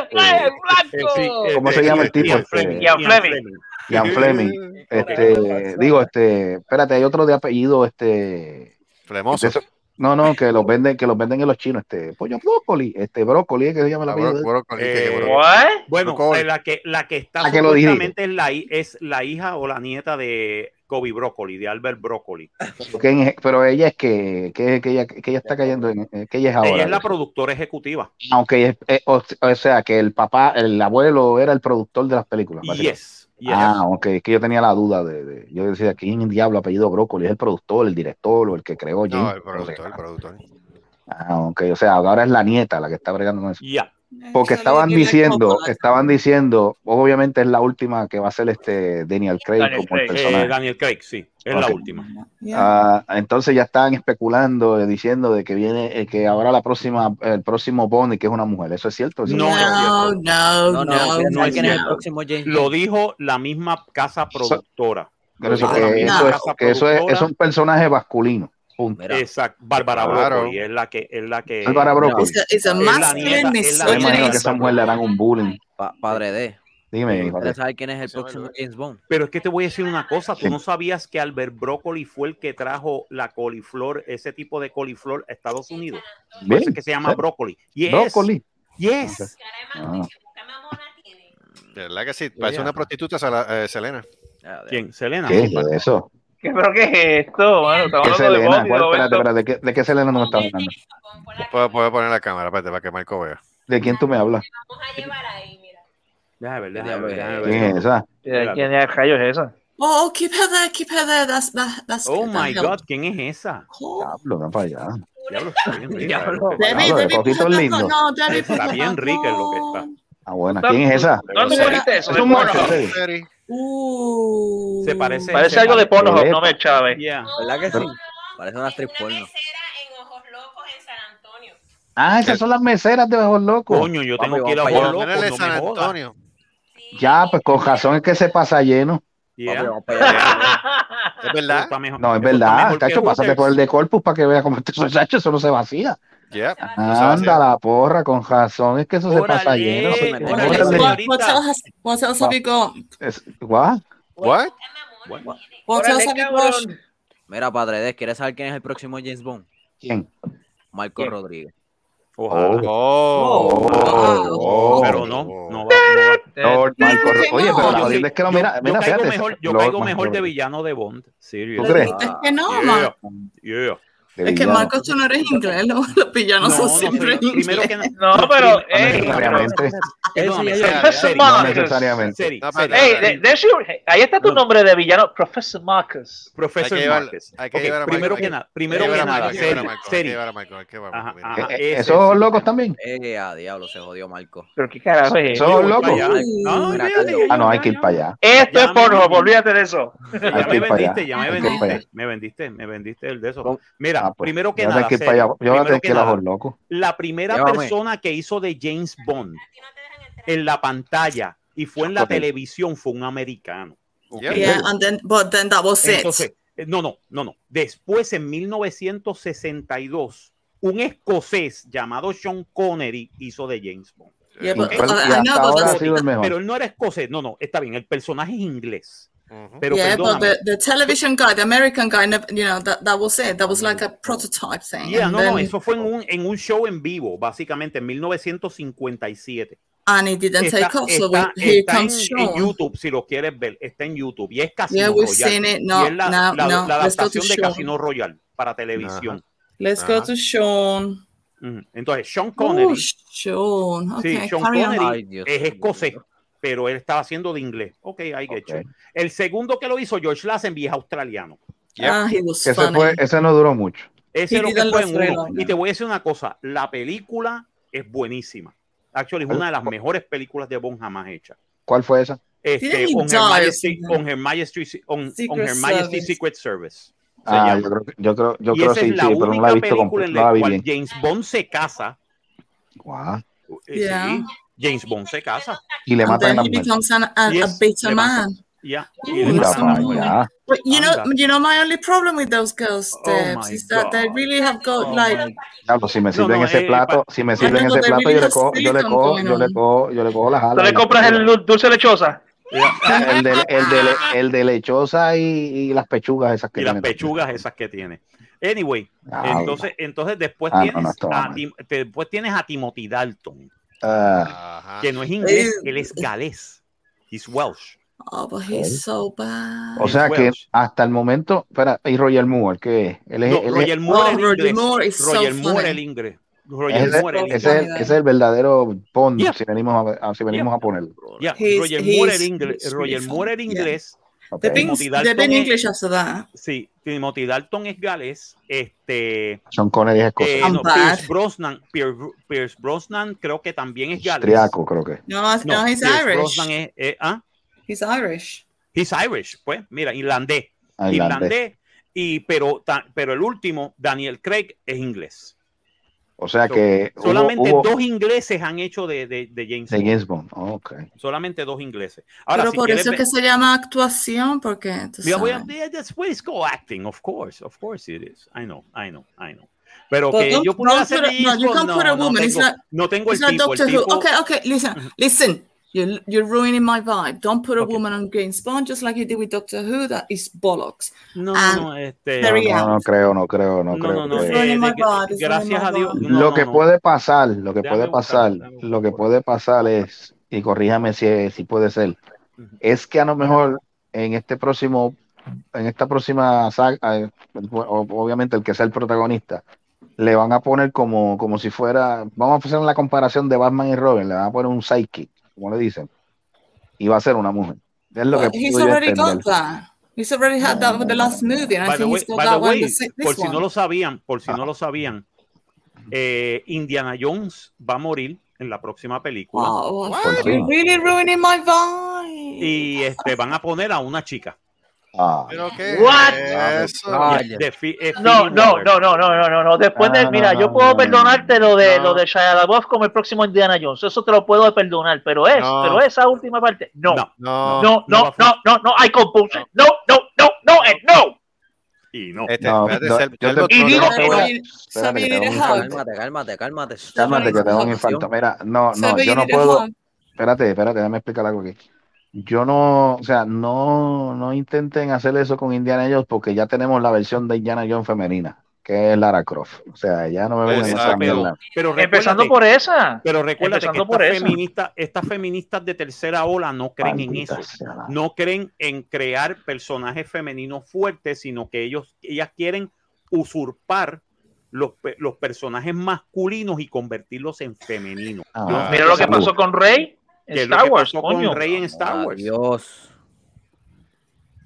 E: este,
G: blanco!
E: ¿Cómo se llama el tipo?
C: Ian
E: Este,
C: Fleming.
G: Ian Fleming.
E: Ian Fleming. Este, digo, este, espérate, hay otro de apellido, este,
I: Flemoso.
E: de eso- no, no, que los venden, que los venden en los chinos, este, pollo brócoli, este, brócoli, es que se llama el
I: Ah,
E: apellido.
I: bro-
E: de-
I: brócoli, que- que
C: Eh,
I: brócoli.
G: ¿What?
C: Bueno,
I: Brocoli.
C: eh, la que, la que está
E: Ah, que lo dijiste.
C: supuestamente es la, hi- es la hija o la nieta de Kobe Broccoli, de Albert Broccoli.
E: que- pero ella es que, que, que ella, que ella está cayendo en, eh, que ella es ahora.
C: Ella es la productora ejecutiva.
E: Aunque ella es- eh, o, o sea, que el papá, el abuelo era el productor de las películas. básicamente.
C: Yes. yes.
E: Ah, ok, es que yo tenía la duda de, de- yo decía, ¿quién en diablo apellido Brócoli? ¿Es el productor, el director o el que creó
I: No,
E: James?
I: el productor, el productor.
E: Ah, ok, o sea, ahora es la nieta la que está bregando con eso.
C: Ya.
E: Porque estaban diciendo, estaban diciendo, obviamente es la última que va a ser este Daniel Craig
G: Daniel
E: como el
G: Craig.
C: Eh,
E: personaje.
C: Daniel Craig, sí, es la
E: Ok.
C: última.
E: Ah, entonces ya estaban especulando, eh, diciendo de que viene, eh, que ahora la próxima, el próximo Bond que es una mujer. ¿Eso es cierto? ¿Eso
C: No,
E: es cierto?
J: No, no,
K: No, no,
J: no,
K: ¿quién-
C: no es
K: ¿quién es el
C: cierto.
J: no.
K: próximo James?
C: Lo dijo la misma casa productora.
E: Por eso
C: Lo
E: que
C: dijo la misma
E: eso es,
C: casa
E: que eso es,
C: productora.
E: es un personaje masculino. Punto.
K: Mira,
C: Exacto. Bárbara
I: Claro.
C: Broccoli es la que es la que
E: Bárbara Broccoli.
J: It's a, it's a
C: Es la
J: masculine
C: nieta, es la
E: Yo me imagino que
J: misogynist.
E: esa mujer le harán un bullying.
K: pa- padre de.
E: Dime,
K: ¿Ustedes
E: hijo de-
K: saben quién es el
I: Ese me lo
K: próximo
I: ve.
K: James Bond?
C: Pero es que te voy a decir una cosa, tú
E: Sí.
C: no sabías que Albert Broccoli fue el que trajo la coliflor, ese tipo de coliflor a Estados Unidos. Por eso es que se llama
E: Sí.
C: brócoli. Yes,
E: Brócoli.
C: Yes.
E: Ah.
I: De verdad que sí, parece
K: Ya.
I: una prostituta Sala- eh, Selena.
K: Ah, de-
C: ¿Quién? Selena.
E: ¿Qué es eso?
G: ¿Qué, pero qué es esto, mano? Estamos
E: ¿Qué
G: hablando de
E: Selena?
G: Bobby,
E: ¿Cuál?
G: de
E: Espérate,
G: momento.
E: espérate, ¿de qué, de qué Selena no me está hablando?
I: Puedo, puedo poner la cámara, espérate, para que Marco vea.
E: ¿De quién tú me hablas?
D: Vamos a llevar ahí, mira.
C: Déjame ver, déjame
K: Diablo,
C: ver, déjame
E: ¿Quién
C: ver.
E: es esa?
G: Eh, ¿Quién es rayos es esa?
J: Oh, oh, keep her there, keep her there. That's that, that's
C: Oh
J: that
C: my
J: helped.
C: God, ¿quién es esa?
J: Oh.
E: Diablo, no para allá.
C: Diablo, está bien rica.
G: Diablo.
C: lo que está.
J: Debbie,
E: Claro, el
J: Debbie,
E: Ah, cosito
J: put her
E: es
J: back on.
E: lindo.
J: No, Debbie,
C: Está
J: put her
C: bien
J: back
C: rica en lo que
J: on.
C: está.
E: Ah, bueno, ¿quién es esa?
G: ¿Dónde cogiste eso?
E: Es
G: ¿De
E: un macho,
G: Pornhub?
E: sí.
C: Se parece.
G: Parece
C: se
G: algo de
C: parece-
G: Pornhub, no me Chávez.
C: Yeah.
K: ¿Verdad que sí? Parece una actriz porno.
E: Ah, esas son las meseras de Ojos Locos.
C: Coño, yo tengo
K: Papi,
C: que ir a
K: vamos
C: Ojo
K: para
C: Loco,
K: allá. Ponele
C: no
K: San
C: me jodas.
E: Ya, pues con razón es que se pasa lleno.
C: Yeah.
K: Papi, vamos para allá.
F: Es verdad.
C: Está mejor-
E: No, es
C: eso está
E: verdad,
C: mejor que
E: Chacho, pásate
C: Hooters.
E: por el de Corpus para que veas cómo este chacho, eso no se vacía.
F: Yeah.
E: Anda la porra, con razón, es que eso se pasa
C: Órale,
E: lleno.
C: órale,
E: Órale.
C: señor.
J: What else has- what else have you got?
E: Es- ¿What?
F: What?
J: What else
G: Órale,
J: have you got?
G: cabrón.
K: Mira, padre Des, ¿quieres saber quién es el próximo James Bond?
E: ¿Quién?
K: Marco
G: ¿Quién?
K: Rodríguez.
C: Ojalá.
F: Oh.
E: Oh,
C: Pero no, no va. no va.
E: Lord Marco Ro- Oye, pero la
C: Yo
E: jodienda
C: sí-
E: es que no,
C: yo-
E: mira,
C: yo
E: mira,
C: caigo
E: fíjate.
C: mejor, yo
E: Lord
C: caigo
E: Marco
C: mejor de
E: Ro-
C: villano de Bond. Serious.
E: ¿Tú crees?
J: Dijiste que no,
C: Yeah.
J: man.
C: Yeah.
E: de
J: Es que
E: villano.
J: Marcos, tú no eres inglés, los, los
C: No,
J: villanos
C: no
J: son
C: soy-
J: siempre
C: primero
J: inglés.
C: que nada.
G: No, pero,
E: No
G: eh,
E: necesariamente,
C: Perdóname,
F: Ese ya-
C: Seri,
F: ya-
C: Seri,
E: no
G: Marcus.
E: necesariamente.
C: Seri,
F: No,
C: Seri.
F: pero-
G: Hey, de- there's your- ahí está tu
C: No.
G: nombre de villano, Professor Marcus.
C: Professor
F: Hay que llevar-
C: Márquez.
F: hay que
C: Ok,
F: llevar a Marco,
C: primero
F: hay
C: que
F: que-
C: nada, primero
F: Hay
C: que
F: que llevar a
C: nada,
F: Marco, hay que llevar a
C: Seri,
F: Marco, hay que
C: Seri.
F: llevar a Marco, hay que llevar a Marco,
C: Ajá,
F: mira.
C: ajá,
E: Eh, eh,
C: ese,
E: ¿Esos Ojos Locos también?
K: Eh, a diablo, se jodió Marco.
G: Pero qué carajo es
E: ¿Esos
G: eso.
E: Ojos
C: voy
E: Locos?
C: para allá. Ah,
K: Mira,
C: ya,
K: Carlos.
C: ya,
E: Ah, no, hay
C: ya,
E: que ir
C: ya.
E: para allá.
G: Esto es
C: Ya me-
G: Pornhub, olvídate de eso.
E: Hay
C: Ya
E: que
C: me
E: ir para allá,
C: vendiste, ya
E: hay
C: me
E: que ir para allá.
C: vendiste, me vendiste, me vendiste el de eso.
K: Con-
C: Mira,
E: Ah, pues,
C: primero que
E: ya
C: nada,
E: tengo ir
C: Seri,
E: para allá. Yo voy a
C: primero
E: tener
C: que
E: que ir a
C: nada,
E: Ojos Locos.
C: la primera
K: Llévame.
C: persona que hizo de James Bond en la pantalla y fue en la
E: Ok.
C: televisión fue un americano.
F: Yeah.
J: Yeah, and then, but then that was it.
C: Entonces, eh, no, no, no, no. Después, en 1962, un escocés llamado Sean Connery hizo de James Bond.
J: Yeah,
E: Y
J: but- uh,
E: fue-
J: I-
E: y
J: I
E: hasta
J: know, but
E: ahora ha
J: that's-
E: sido el mejor.
C: Pero él no era escocés, no, no, está bien, el personaje es inglés.
F: Ujú.
C: Pero
J: yeah, but
C: perdóname.
J: the, the television guy, the American guy, never, you know, that, that was it. That was like a prototype thing.
C: Mm. Yeah,
J: and,
C: no,
J: then,
C: no, eso fue en un, en un show en vivo, básicamente, en 1957.
J: and it didn't
C: Está,
J: take off. So
C: está-
J: we, here
C: está en,
J: comes
C: en
J: Sean.
C: YouTube, si lo quieres ver, está en YouTube. Y es Casino
J: Yeah, we've
C: Royale.
J: seen it.
C: y
J: No,
C: es la,
J: no,
C: la-
J: no.
C: la
J: Let's go to
C: adaptación de
J: Sean.
C: Casino Royale para televisión.
J: Let's go to Sean.
C: Ujú. Entonces, Sean Ah. Connery.
J: Oh, Sean.
C: Sí,
J: Okay,
C: Sean
J: carry on.
C: Connery
K: Ay, Dios
C: es
K: mío.
C: escocés, pero él estaba haciendo de inglés. Ok, hay que
E: Ok.
C: hecho. El segundo que lo hizo George Lazenby es australiano.
J: Ah, he was
E: Ese,
J: funny.
E: fue, ese no duró mucho.
C: Ese
J: Y
C: es lo que
J: Dylan
C: fue
J: lo
C: en
J: fregó.
C: uno. Y te voy a decir una cosa, la película es buenísima. Actually, es una de las mejores películas de Bond jamás hecha.
E: ¿Cuál fue esa?
C: Este,
J: Didn't he
C: on,
J: die
C: her
J: or
C: Majesty,
J: something?
C: on Her Majesty's- on-
J: Secret
C: on Her Majesty's
J: Service.
C: Secret Service. se
E: Ah,
C: llama.
E: yo creo, yo creo, yo
C: y
E: creo
C: esa
E: sí,
C: es la
E: sí, pero no la
C: única
E: he visto
C: película
E: completa.
C: en
E: No
C: la
E: la vi
C: cual
E: bien.
C: James Bond se casa.
E: Guau.
C: Eh,
J: Yeah.
C: sí, James Bond se casa.
E: Y le
J: And
E: matan
J: then
E: la
J: he
E: mujer.
J: becomes an, a,
C: Yes,
J: a bitter
C: le matan.
J: man.
C: Ya. Y le
J: Ooh,
E: Mira
J: that's
C: matan a la
E: para
J: annoying.
C: mujer.
E: allá.
J: But you know,
C: Anda.
J: you know, my only problem with those girls,
C: Oh
J: Debs,
C: my
J: is that they
C: God. Oh
J: really have got like
E: Diablo, pues, si me
C: No,
E: sirven
C: no,
E: ese
C: eh,
E: plato, si me
J: I
E: sirven
J: know,
E: ese
J: they
E: plato,
J: really
E: yo le
J: have
E: cojo, yo le
J: silicone
E: cojo,
J: going
E: yo le
J: on.
E: cojo, yo le cojo las
G: ¿Tú
E: alas.
G: le compras el lu- dulce lechosa?
E: El de, el de, el de lechosa y, y las pechugas esas que
C: y las
E: tiene también.
C: pechugas esas que tiene. Anyway,
E: Diablo.
C: entonces, entonces después
E: Ah, no,
C: tienes
E: no, esto va
C: a
E: mal.
C: Tim- te- después tienes a Timothy Dalton,
E: Ah,
F: Ajá.
C: que no es inglés,
J: Eh.
C: él es galés. He's Welsh.
J: Oh, but he's so bad.
E: o sea que
C: Welsh.
E: hasta el momento, espera, y Roger Moore, que es? él es,
C: No,
E: él es-
C: Roger Moore
J: Oh,
C: el
J: Roger
C: inglés.
J: Moore is so
C: Roger Moore
J: funny.
C: el inglés.
E: ese-
C: Roger
E: ese
C: Moore el
E: es,
C: inglés.
E: el, ese es el verdadero Bond,
C: Yeah.
E: si venimos a, a- si venimos a ponerlo.
C: Yeah,
J: He's-
C: Roger
J: he's-
C: Moore el inglés.
J: he's
C: Roger
J: really
C: Moore el
J: funny, yeah.
C: inglés.
E: Ok.
J: They've been,
C: Timothy
J: they've been
C: Dalton es-
J: English after that.
C: Sí, Timothy Dalton es galés. Este,
E: Son Connery es escocés.
C: eh,
J: I'm
C: no,
J: bad.
C: Pierce Brosnan, Pierce, Pierce Brosnan creo que también es galés.
E: Austriaco, creo que.
J: No, no,
C: No,
J: he's
C: Pierce
J: Irish.
C: Brosnan es, eh, ¿ah?
J: He's Irish.
C: He's Irish, pues, mira, irlandés.
E: Irlandés.
C: irlandés. Y, pero, ta- pero el último, Daniel Craig, es inglés.
E: O sea
C: So-
E: que Eh, hubo-
C: Solamente
E: hubo,
C: dos ingleses han hecho de, de, de James
E: de
C: Bond.
E: James Bond. Oh, ok.
C: Solamente dos ingleses. Ahora,
J: Pero
C: si
J: por
C: quieres
J: eso es
C: ver-
J: que se llama actuación, porque tú
C: Mira, voy a,
J: sabes.
C: yeah, that's where it's called acting, of course, of course it is. I know, I know, I know. Pero
J: But
C: que
J: don't-
C: yo pudiera
J: don't
C: hacer
J: put a- Pues no,
C: James
J: you
C: Bond,
J: can't
C: no,
J: put a
C: no
J: woman, it's
C: tengo,
J: not-
C: no tengo el
J: It's not
C: tipo, el
J: Doctor Who.
C: tipo.
J: Okay, okay, listen, listen. You're, you're ruining my vibe. Don't put a
C: Okay.
J: woman on James Bond just like you did with Doctor Who. That is bollocks.
C: No,
I: Ah.
J: and
C: no, este.
E: No,
J: Very
E: no, no
J: out.
E: creo, no creo, no,
C: No,
E: creo.
C: no, no,
E: que-
J: It's running
C: eh,
J: my
C: de que-
J: God, it's
C: gracias
J: running
C: a
J: my
C: Dios.
J: God.
C: no,
E: lo
C: no,
E: que
C: no.
E: puede pasar, lo que
C: Déjame
E: puede
C: buscarlo,
E: pasar,
C: déjame
E: lo que
C: buscarlo.
E: puede pasar es, y corríjame si, si puede ser,
C: Ujú.
E: es que a lo mejor en este próximo, en esta próxima saga, eh, o- obviamente el que sea el protagonista, le van a poner como, como si fuera, vamos a hacer la comparación de Batman y Robin, le van a poner un sidekick, como le dicen, y va a ser una mujer. Es lo que
J: But he's
E: puedo yo
J: already got
E: entender.
J: that. He's already had that with the last movie, and I
C: By the
J: think
C: way,
J: he's got
C: by the
J: that one.
C: way,
J: This,
C: por
J: this
C: si no
J: one.
C: lo sabían, por si no lo sabían, eh, Indiana Jones va a morir en la próxima película.
J: Wow,
C: Por fin.
J: you're really ruining my vibe.
C: Y este, van a poner a una chica.
F: ¿Pero qué?
G: What?
I: Ah, pues,
F: Eso.
C: De Fi- eh,
G: No,
C: Phoebe
G: no,
C: Waller.
G: no, no, no, no, no, no. Después de,
C: Ah,
G: mira,
C: no,
G: yo
C: no,
G: puedo
C: no,
G: perdonarte lo de
C: no.
G: lo de Shia LaBeouf como el próximo Indiana Jones. Eso te lo puedo perdonar, pero es,
F: No.
G: pero esa última parte, no, no,
F: No,
G: no, no, no, no, hay compulsion, no, no, no, no, es no.
C: Y no.
F: Este,
E: No,
F: espérate,
E: no,
F: Sel-
E: yo
F: Selvo,
E: te-
F: no,
E: Y digo
F: no,
E: que no.
F: no.
J: Sammy,
E: Espérate, que tengo un
J: eres out.
E: infarto.
K: Cálmate, cálmate, cálmate.
E: Cálmate, que tengo un infarto. Mira, no, no,
J: Sammy,
E: yo no
J: eres
E: puedo.
J: out.
E: Espérate, espérate, déjame explicar algo aquí. Yo no, o sea, no, no intenten hacer eso con Indiana Jones porque ya tenemos la versión de Indiana Jones femenina, que es Lara Croft. O sea, ya no me vengan
C: Exacto,
E: esa
C: pero-
E: mierda.
C: pero
G: Empezando
C: recuérdate-
G: por esa.
C: Pero recuérdate que
G: Empezando por
C: estas
G: eso.
C: feministas, estas feministas de tercera ola no creen en
E: Maldita
C: eso.
E: sea la-
C: No creen en crear personajes femeninos fuertes, sino que ellos, ellas quieren usurpar los, pe- los personajes masculinos y convertirlos en femeninos.
E: Ah,
C: No,
G: Mira lo que
C: esa-
G: pasó con Rey en
C: que es lo
G: Star
C: que
G: Wars,
C: pasó
G: coño.
C: con Rey en Star Wars.
K: Dios.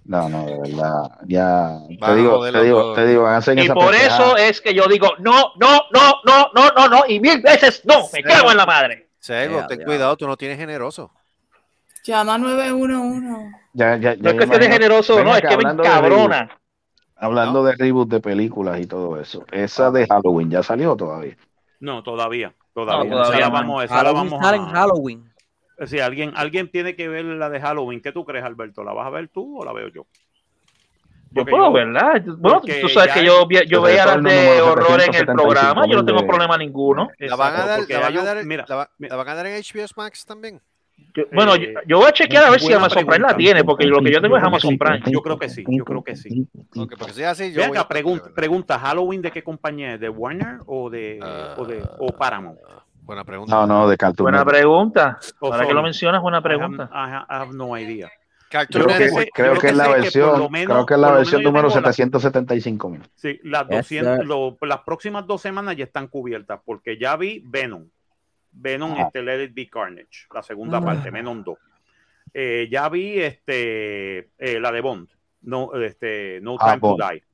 E: No, no, de verdad. Ya,
F: Van a
E: te digo,
F: joderlo
E: te digo,
F: todo.
E: te digo, hacen
G: Y
E: esa
G: por eso
E: pendejada.
G: es que yo digo, no, no, no, no, no, no, no, y mil veces no, me cago en la madre.
F: Selvo,
K: Ya,
F: ten
K: ya.
F: cuidado, tú no tienes generoso.
J: Llama 911.
E: Ya, ya, ya
G: No es
E: yo
G: que esté
E: imagino-
G: generoso,
E: Ven
G: no, es
E: acá,
G: que me
E: hablando de reboot,
G: cabrona.
E: hablando de reboot de películas y todo eso,
F: Ah.
E: esa de Halloween ya salió todavía.
C: No, todavía, todavía.
G: No, todavía
C: Esa la
G: no.
C: vamos, esa la
K: Halloween
C: vamos
K: sale en
C: a...
K: Halloween.
C: Si alguien, alguien tiene que ver la de Halloween, ¿qué tú crees, Alberto? ¿La vas a ver tú o la veo yo?
G: Yo
C: Porque
G: puedo, ¿verdad? Bueno,
C: porque
G: tú sabes
C: ya
G: que
C: hay-
G: yo, vi- yo
E: Pues
G: veía las
E: retorno
G: de
E: número
G: horror en el
E: 775
G: programa, yo no tengo
E: de-
G: problema ninguno.
F: La van a
C: Exacto,
F: dar,
C: porque
F: la van
C: hay
F: a
C: un-
F: dar,
C: mira,
F: la va-
C: mira.
F: la van a dar en HBO Max también.
G: Yo- bueno,
C: Eh,
G: yo, yo voy a chequear a ver si
C: buena
G: Amazon Prime la
C: pregunta.
G: tiene, porque lo que yo tengo es Amazon Prime.
C: Yo creo que sí, yo creo que sí.
F: Ok, pues, porque si es así, yo
C: Ve
F: voy
C: acá,
F: a-
C: pregun- pregunta, ¿Halloween de qué compañía es? ¿De Warner o de, o de o Paramount?
F: Ah, Buena pregunta.
E: No, no, de Cartoon
G: Buena
E: Network.
G: pregunta.
C: O
G: Ahora que
C: Sony.
G: lo mencionas, buena pregunta.
C: I have, I have no idea.
F: Cartoon
E: Creo que,
F: Network.
C: sé-
E: creo
C: yo
E: que es la
C: sé por
E: versión,
C: lo menos-
E: creo que es la
C: por lo
E: versión
C: menos yo
E: número
C: tengo la-
E: 775 mil.
C: Sí, las,
K: Yes,
C: 200,
K: sir.
C: lo- las próximas dos semanas ya están cubiertas porque ya vi Venom. Venom,
E: Ah.
C: este Let It Be Carnage, la segunda
J: Ah.
C: parte, Venom 2. Eh, ya vi este, eh, la de Bond, no, este, no Time
E: Ah, Bond.
C: to Die.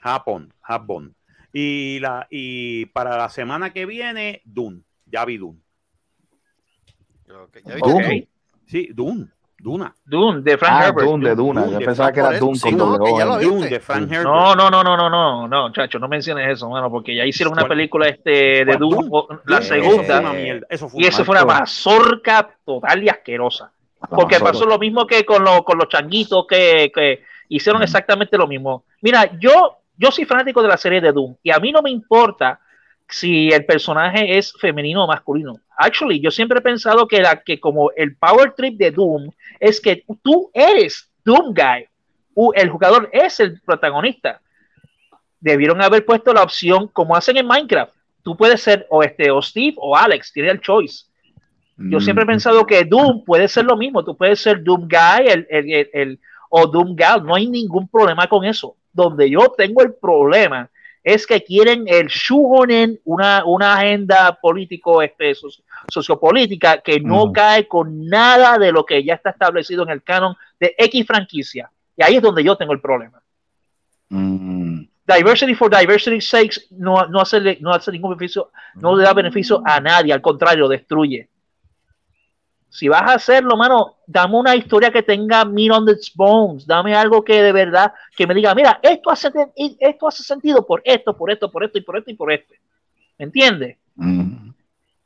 C: Japón, Japón. Y, la, y para la semana que viene, Dune. Ya vi Dune.
F: Ok, ya viste.
E: Dune.
G: Ok.
C: Sí, Dune. Duna.
G: Dune, de Frank
E: Ah,
G: Herbert.
E: Dune de Duna.
C: Dune
E: Yo
C: de
E: pensaba que
F: Frank
E: era Dune
F: Forest. Sí,
E: con
F: no,
E: doble
F: que ya
E: O,
F: lo
E: ¿eh?
F: vi.
C: Dune
F: ¿Viste?
C: de Frank Herbert.
G: No, no, no, no, no, no, no, chacho, no menciones eso, mano, porque ya hicieron una
C: ¿Cuál?
G: película este de
C: ¿Cuál?
G: Dune,
C: Dune.
G: o- la
C: Dune, Eso fue una
G: segunda,
K: eh,
C: mierda. Eso fue
G: y
C: un
G: eso
C: mal
G: fue una
C: programa.
G: mazorca total y asquerosa.
E: La
G: Porque
E: Mazorca.
G: pasó lo mismo que con, lo- con los changuitos que, que hicieron
E: Mm.
G: exactamente lo mismo. Mira, yo, yo soy fanático de la serie de Doom y a mí no me importa si el personaje es femenino o masculino. Actually, yo siempre he pensado que, la, que como el power trip de Doom es que tú eres Doom Guy, u- el jugador es el protagonista. Debieron haber puesto la opción como hacen en Minecraft. Tú puedes ser o este o Steve o Alex, tiene el choice. Yo siempre he
E: Mm.
G: pensado que Doom puede ser lo mismo. Tú puedes ser Doom Guy el, el- el- el- o Doom Gal. No hay ningún problema con eso. Donde yo tengo el problema es que quieren el shoehonen, una, una agenda político este, soci- sociopolítica que no
E: Ujú.
G: cae con nada de lo que ya está establecido en el canon de X franquicia. Y ahí es donde yo tengo el problema.
E: Mm.
G: Diversity for diversity sakes no, no, hace, no hace ningún beneficio, no le da beneficio a nadie, al contrario, destruye. Si vas a hacerlo, mano, dame una historia que tenga meat on its bones, dame algo que de verdad, que me diga, mira, esto hace, esto hace sentido por esto, por esto, por esto y por esto y por esto. ¿Me entiendes?
E: Mm.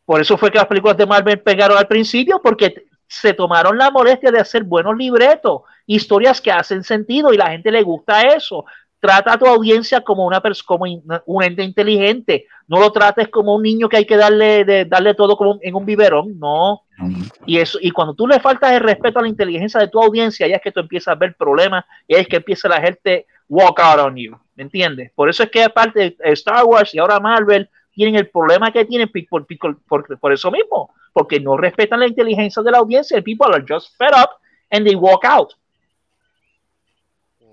G: Por eso fue que las películas de Marvel pegaron al principio, porque t- se tomaron la molestia de hacer buenos libretos, historias que hacen sentido y la gente le gusta eso. Trata a tu audiencia como una pers- como in- un ente inteligente. No lo trates como un niño que hay que darle, de- darle todo como un- en un biberón. No.
E: Mm.
G: Y eso, y cuando tú le faltas el respeto a la inteligencia de tu audiencia, ya es que tú empiezas a ver problemas, y es que empieza la gente walk out on you. ¿Me entiendes? Por eso es que aparte eh, Star Wars y ahora Marvel tienen el problema que tienen pi- por, pi- por, por- por eso mismo, porque no respetan la inteligencia de la audiencia. El people are just fed up and they walk out.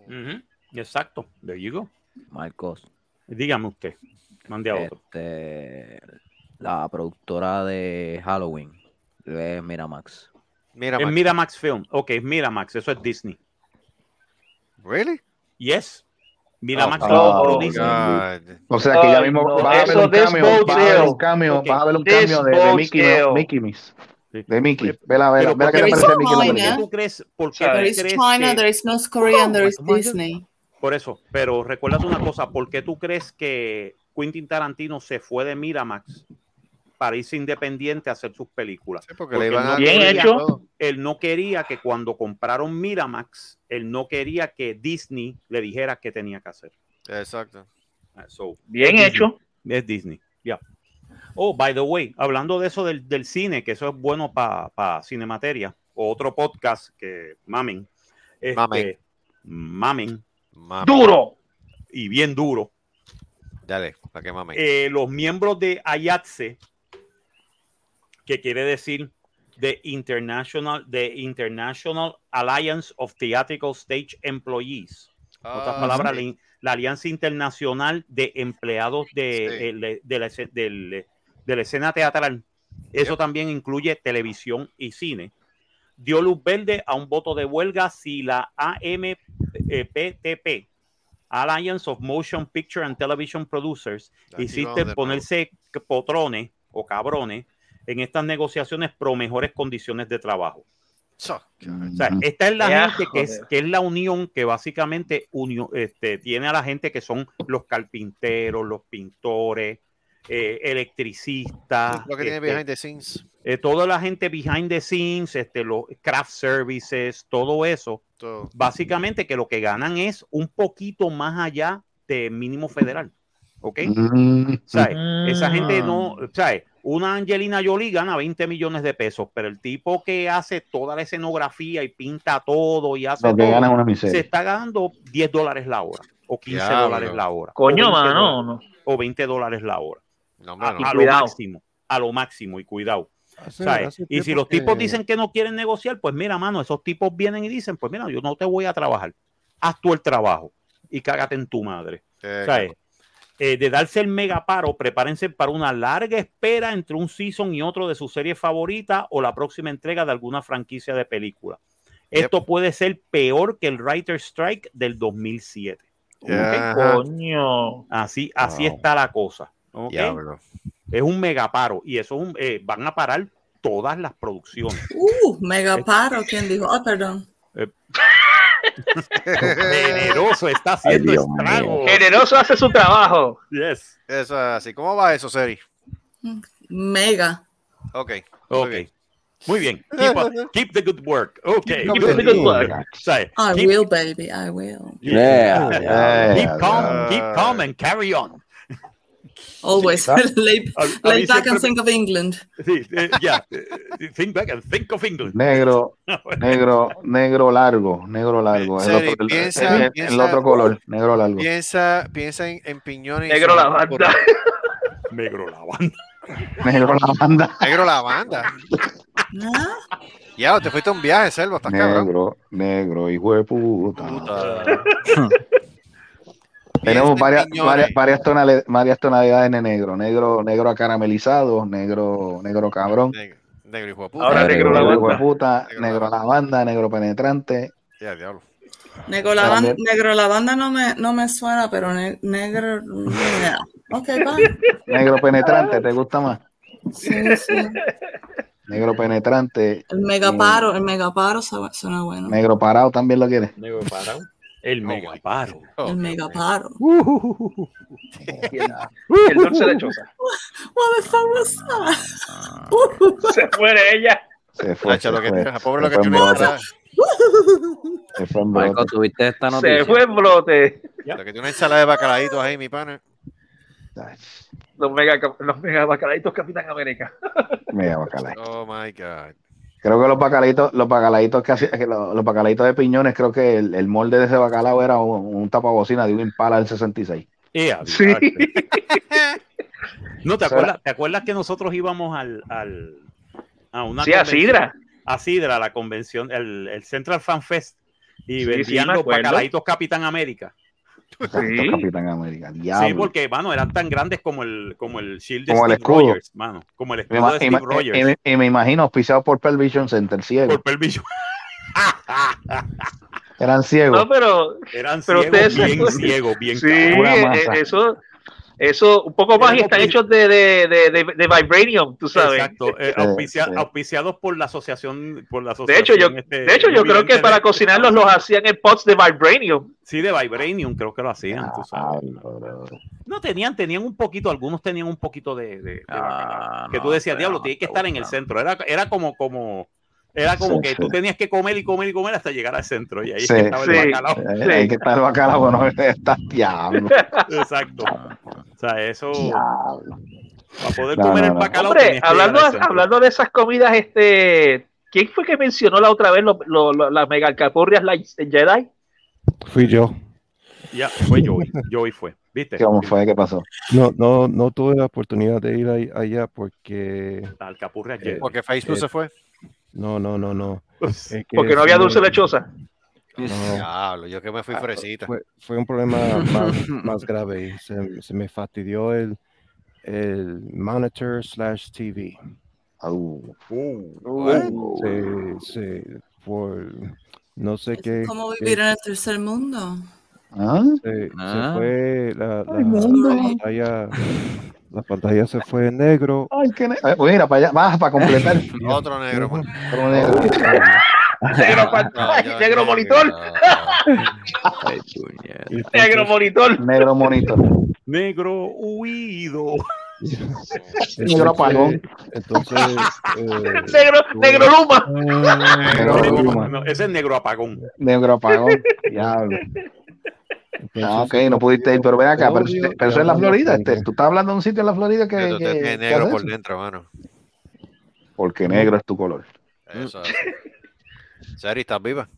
C: Ujú, Exacto. There you go.
K: Marcos.
C: Dígame usted. Mande a otro.
K: Este, la productora de Halloween es Miramax.
F: Mira,
C: Es
F: Max.
C: Miramax Film. Ok, es Miramax. Eso es Disney.
F: ¿Really?
C: Yes. Mira,
E: Oh,
C: Max
E: oh,
C: Lord
E: oh,
C: dice.
E: God. Oh, O sea, que ya mismo vas a ver un cambio, vas a ver un cambio, vas a ver un cambio de, de Mickey, ¿no? Mickey Miss. De Mickey. Vela, vela,
C: Pero
E: vela
C: ¿por
E: que
C: qué
E: te parece Mickey la
J: China.
E: película.
C: ¿Tú crees? ¿Por qué
J: There
C: tú
J: is
C: crees
J: China,
C: que- Oh
J: there is North Korea, and there is Disney.
C: Por eso, pero recuérdate una cosa, ¿por qué tú crees que Quentin Tarantino se fue de Miramax para irse independiente a hacer sus películas?
F: porque le iban
C: él no
F: a- Bien
C: quería-
F: hecho.
C: Él no quería que cuando compraron Miramax, él no quería que Disney le dijera qué tenía que hacer.
F: Exacto.
C: Ah, Bien
G: hecho.
C: Es Disney, ya. Oh, by the way, hablando de eso del, del cine, que eso es bueno para Cinemateria, o otro podcast que mamen. Este,
F: Mamen.
C: Mamen. Ah,
F: Duro.
C: Y bien duro.
F: Dale, para que mamen.
C: Eh, los miembros de Ayatse, que quiere decir the International, the International Alliance of Theatrical Stage Employees. En otras
F: Ah,
C: palabras,
F: sí.
C: la, in- la Alianza Internacional de Empleados de, eh, le- de la, esce- del- de la Escena Teatral. Eso también incluye televisión y cine. Dio luz verde a un voto de huelga si la AMPTP, Alliance of Motion Picture and Television Producers,
F: Aquí
C: hiciste
F: vamos de
C: ponerse c- potrones o cabrones en estas negociaciones pro mejores condiciones de trabajo. O sea, esta es la
G: Ya,
C: gente que es,
G: joder.
C: que es la unión que básicamente unió- este, tiene a la gente que son los carpinteros, los pintores, eh, electricistas.
F: Lo que tiene
C: este,
F: behind the scenes.
C: eh, toda la gente behind the scenes, este, los craft services, todo eso,
F: Todo.
C: básicamente que lo que ganan es un poquito más allá de mínimo federal. ¿Ok?
E: Mm,
C: ¿Sabes? Esa gente no, ¿sabes? Una Angelina Jolie gana 20 millones de pesos, pero el tipo que hace toda la escenografía y pinta todo y hace
E: Lo que
C: todo,
E: gana es una miseria.
C: se está ganando 10 dólares la hora, o 15
G: Diablo.
C: dólares la hora,
G: Coño,
C: o 20
G: mano,
C: dólares, o 20 dólares la hora. a,
F: hombre, no.
C: a
F: Ah, Y
C: lo
F: cuidado.
C: máximo, a lo máximo, y cuidado.
F: Hace-
C: ¿sabes?
F: hace
C: y si
F: tiempo
C: los
G: eh,
C: tipos
F: que-
C: dicen que no quieren negociar, pues mira, mano, esos tipos vienen y dicen, pues mira, yo no te voy a trabajar, haz tú el trabajo y cágate en tu madre.
F: Eh,
C: ¿Sabes? Eh, de darse el mega paro, prepárense para una larga espera entre un season y otro de su serie favorita o la próxima entrega de alguna franquicia de película. Esto puede ser peor que el Writer Strike del 2007. ¿Ok?
G: Ajá. Coño.
C: Así, así
G: Wow.
C: está la cosa. ¿ok?
F: Diablo.
C: Es un mega paro y eso es un- eh, van a parar todas las producciones.
J: Uh, mega paro, ¿quién dijo? Ah, perdón.
C: Generoso está haciendo estragos.
G: Generoso hace su trabajo.
C: Yes.
F: Eso es así. ¿Cómo va eso, Seri?
J: Mega.
F: Ok.
C: Ok. Muy bien. Keep, up- keep the good work. Ok.
J: Keep up the good work.
C: ¿Sabes?
J: I
C: Keep-
J: will, baby, I will.
C: Yeah.
J: Yeah.
C: Keep calm,
J: Yeah.
C: keep calm and carry on.
J: Always.
C: Sí, ¿sabes?
J: lay
C: A- a
J: lay
C: mí
J: back and
C: siempre
J: think of England.
C: me- Sí, eh, yeah. Eh, Think back and think of England.
E: Negro, negro, negro largo, negro largo. El
F: Seri,
E: otro, el-
F: piensa-
E: el- el
F: piensa-
E: otro color, negro largo.
F: Piensa, piensa en, en piñones. y
G: Negro
F: sobre-
G: lavanda.
C: Negro lavanda.
E: Negro lavanda.
F: Negro lavanda.
K: ¿Ah?
F: Ya, te fuiste a un viaje, Selva, estás cabrón.
E: Negro, negro, hijo de puta.
F: Piensa
E: Tenemos
F: en
E: varias,
F: piñones.
E: varias, varias, tonale- varias tonalidades de negro. Negro, negro acaramelizado, negro, negro cabrón.
F: Negro, hijo de puta.
E: Ahora negro, hijo de puta, negro lavanda, negro penetrante.
F: Ya, diablo.
J: Negro lavanda,
E: También.
J: negro lavanda no me, no me suena, pero ne- negro. yeah. Ok, bye.
E: Negro penetrante, ¿te gusta más?
J: Sí, sí.
E: Negro penetrante.
J: El mega paro, el mega paro su- suena bueno.
E: Negro parado también lo quieres.
C: Negro parado. El mega paro.
J: El mega paro.
G: El dulce de choza. Se muere ella.
E: Se fue.
F: Hacho,
E: Pues se
F: lo que
E: fue,
F: tiene- la pobre
E: se
F: lo que
E: fue en
F: tiene
E: brote,
F: atrás.
E: se fue en
K: Michael,
E: brote.
K: tuviste esta
G: Se
K: noticia.
G: fue en brote.
F: Lo que tiene una ensalada de bacalaitos ahí, mi pana.
G: Los mega, los mega bacalaitos Capitán América.
E: Mira, bacalao.
F: Oh my God.
E: Creo que los bacalaitos, los bacalaitos que hacía- que los, los bacalaitos de piñones, creo que el, el molde de ese bacalao era un, un tapabocina de un impala del 66.
C: sí. Eh, No, ¿te acuerdas, ¿te acuerdas que nosotros íbamos al, al- a una
G: Sí, a
C: convención?
G: Sidra.
C: A Sidra, la convención, el, el Central Fan Fest, y
G: Sí,
C: vendían
G: sí, me
C: los
G: acuerdo.
C: bacalaitos Capitán América.
E: Bacalaitos Capitán América,
C: Sí,
E: diablo.
C: porque, mano, eran tan grandes como el, como el shield de
E: Como el
C: Steve
E: escudo.
C: Rogers, mano. Como el
E: Me
C: escudo
E: ima- em-
C: de
E: y me-
C: Steve Rogers.
E: y me- y me imagino auspiciado por Pervision Center, ciego.
C: Por Pervision.
E: Eran ciegos.
G: No, pero,
C: Eran
G: pero
C: ciegos,
G: ustedes-
C: bien ciegos, bien
G: Sí,
C: cabrones. Pura
G: eh,
C: masa.
G: eso, eso, un poco más y están hechos de, de, de, de, de vibranium, tú sabes.
C: Exacto, eh, auspicia- auspiciados por la asociación, por la
G: De hecho,
C: asociación.
G: yo,
C: este,
G: de hecho, yo creo que
C: evidente
G: para
C: de-
G: cocinarlos los hacían en pots de vibranium.
C: Sí, de vibranium, creo que lo hacían. tú sabes. No tenían, tenían un poquito, algunos tenían un poquito de, de- de
G: Ah,
C: bacalao, que
K: no,
C: tú decías,
K: pero
C: diablo,
K: no
C: tiene que
K: te
C: estar en el centro. Era, era como, como, era como
E: Sí,
C: que
E: sí.
C: tú tenías que comer y comer y comer hasta llegar al centro. Y ahí es
E: Sí,
C: que estaba
E: sí.
C: el bacalao.
E: Eh, Hay que estar bacalao, bueno, estás diablo.
C: Exacto. O sea, eso. Para poder
E: No,
C: comer
E: no,
C: el
E: no.
C: bacalao.
G: Hombre,
C: este tenías que
G: hablando,
C: llegar al centro.
G: hablando de esas comidas, este, ¿quién fue que mencionó la otra vez lo- lo- lo- las mega alcapurrias la Jedi?
H: Fui yo.
C: Ya, fue Joey. Joey fue. ¿Viste?
E: ¿Cómo fue? ¿Qué pasó?
H: No, no, no tuve la oportunidad de ir ahí- allá porque.
C: La alcapurria
H: eh,
C: Jedi.
F: Porque Facebook
H: eh,
F: se fue.
H: No, no, no, no. Es que
G: Pues, Porque no había
H: fue-
G: dulce lechosa.
H: No.
F: Diablo, yo que me
E: Ah,
F: fui fresita.
H: Fue, fue un problema más, más grave. Se, se me fastidió el, el monitor slash TV. Sí, sí, por no sé qué.
J: ¿Cómo
H: qué-
J: vivir en el tercer mundo?
H: se, se
K: Ah.
H: fue la, la-
J: Ay, mundo.
H: la pantalla. La pantalla se fue en negro.
E: Ay, qué ne- eh,
H: pues
E: Mira, para allá, baja para completar.
F: Otro negro, man.
E: Otro negro.
G: Negro, pan-
F: No, yo-
G: negro
F: yo-
G: monitor,
K: Ay, puñeta.
H: Y
G: negro monitor.
E: Negro monito.
C: Negro huido.
E: Negro apagón.
H: Entonces, entonces, eh,
G: Negro, negro Luma.
E: Negro pluma.
C: No, ese es negro apagón.
E: Negro apagón. Diablo. Ah, ok, no pudiste ir, pero ven acá, pero,
H: Odio
E: pero eso es la
H: llamar la
E: Florida,
H: atención.
E: este, tú estás hablando de un sitio en la Florida que,
F: Pero tú
E: que-
F: tenés
E: que
F: negro
E: hace
F: por
E: eso.
F: dentro, mano.
E: porque negro es tu color.
C: Mm.
F: Eso. Sari, ¿estás viva?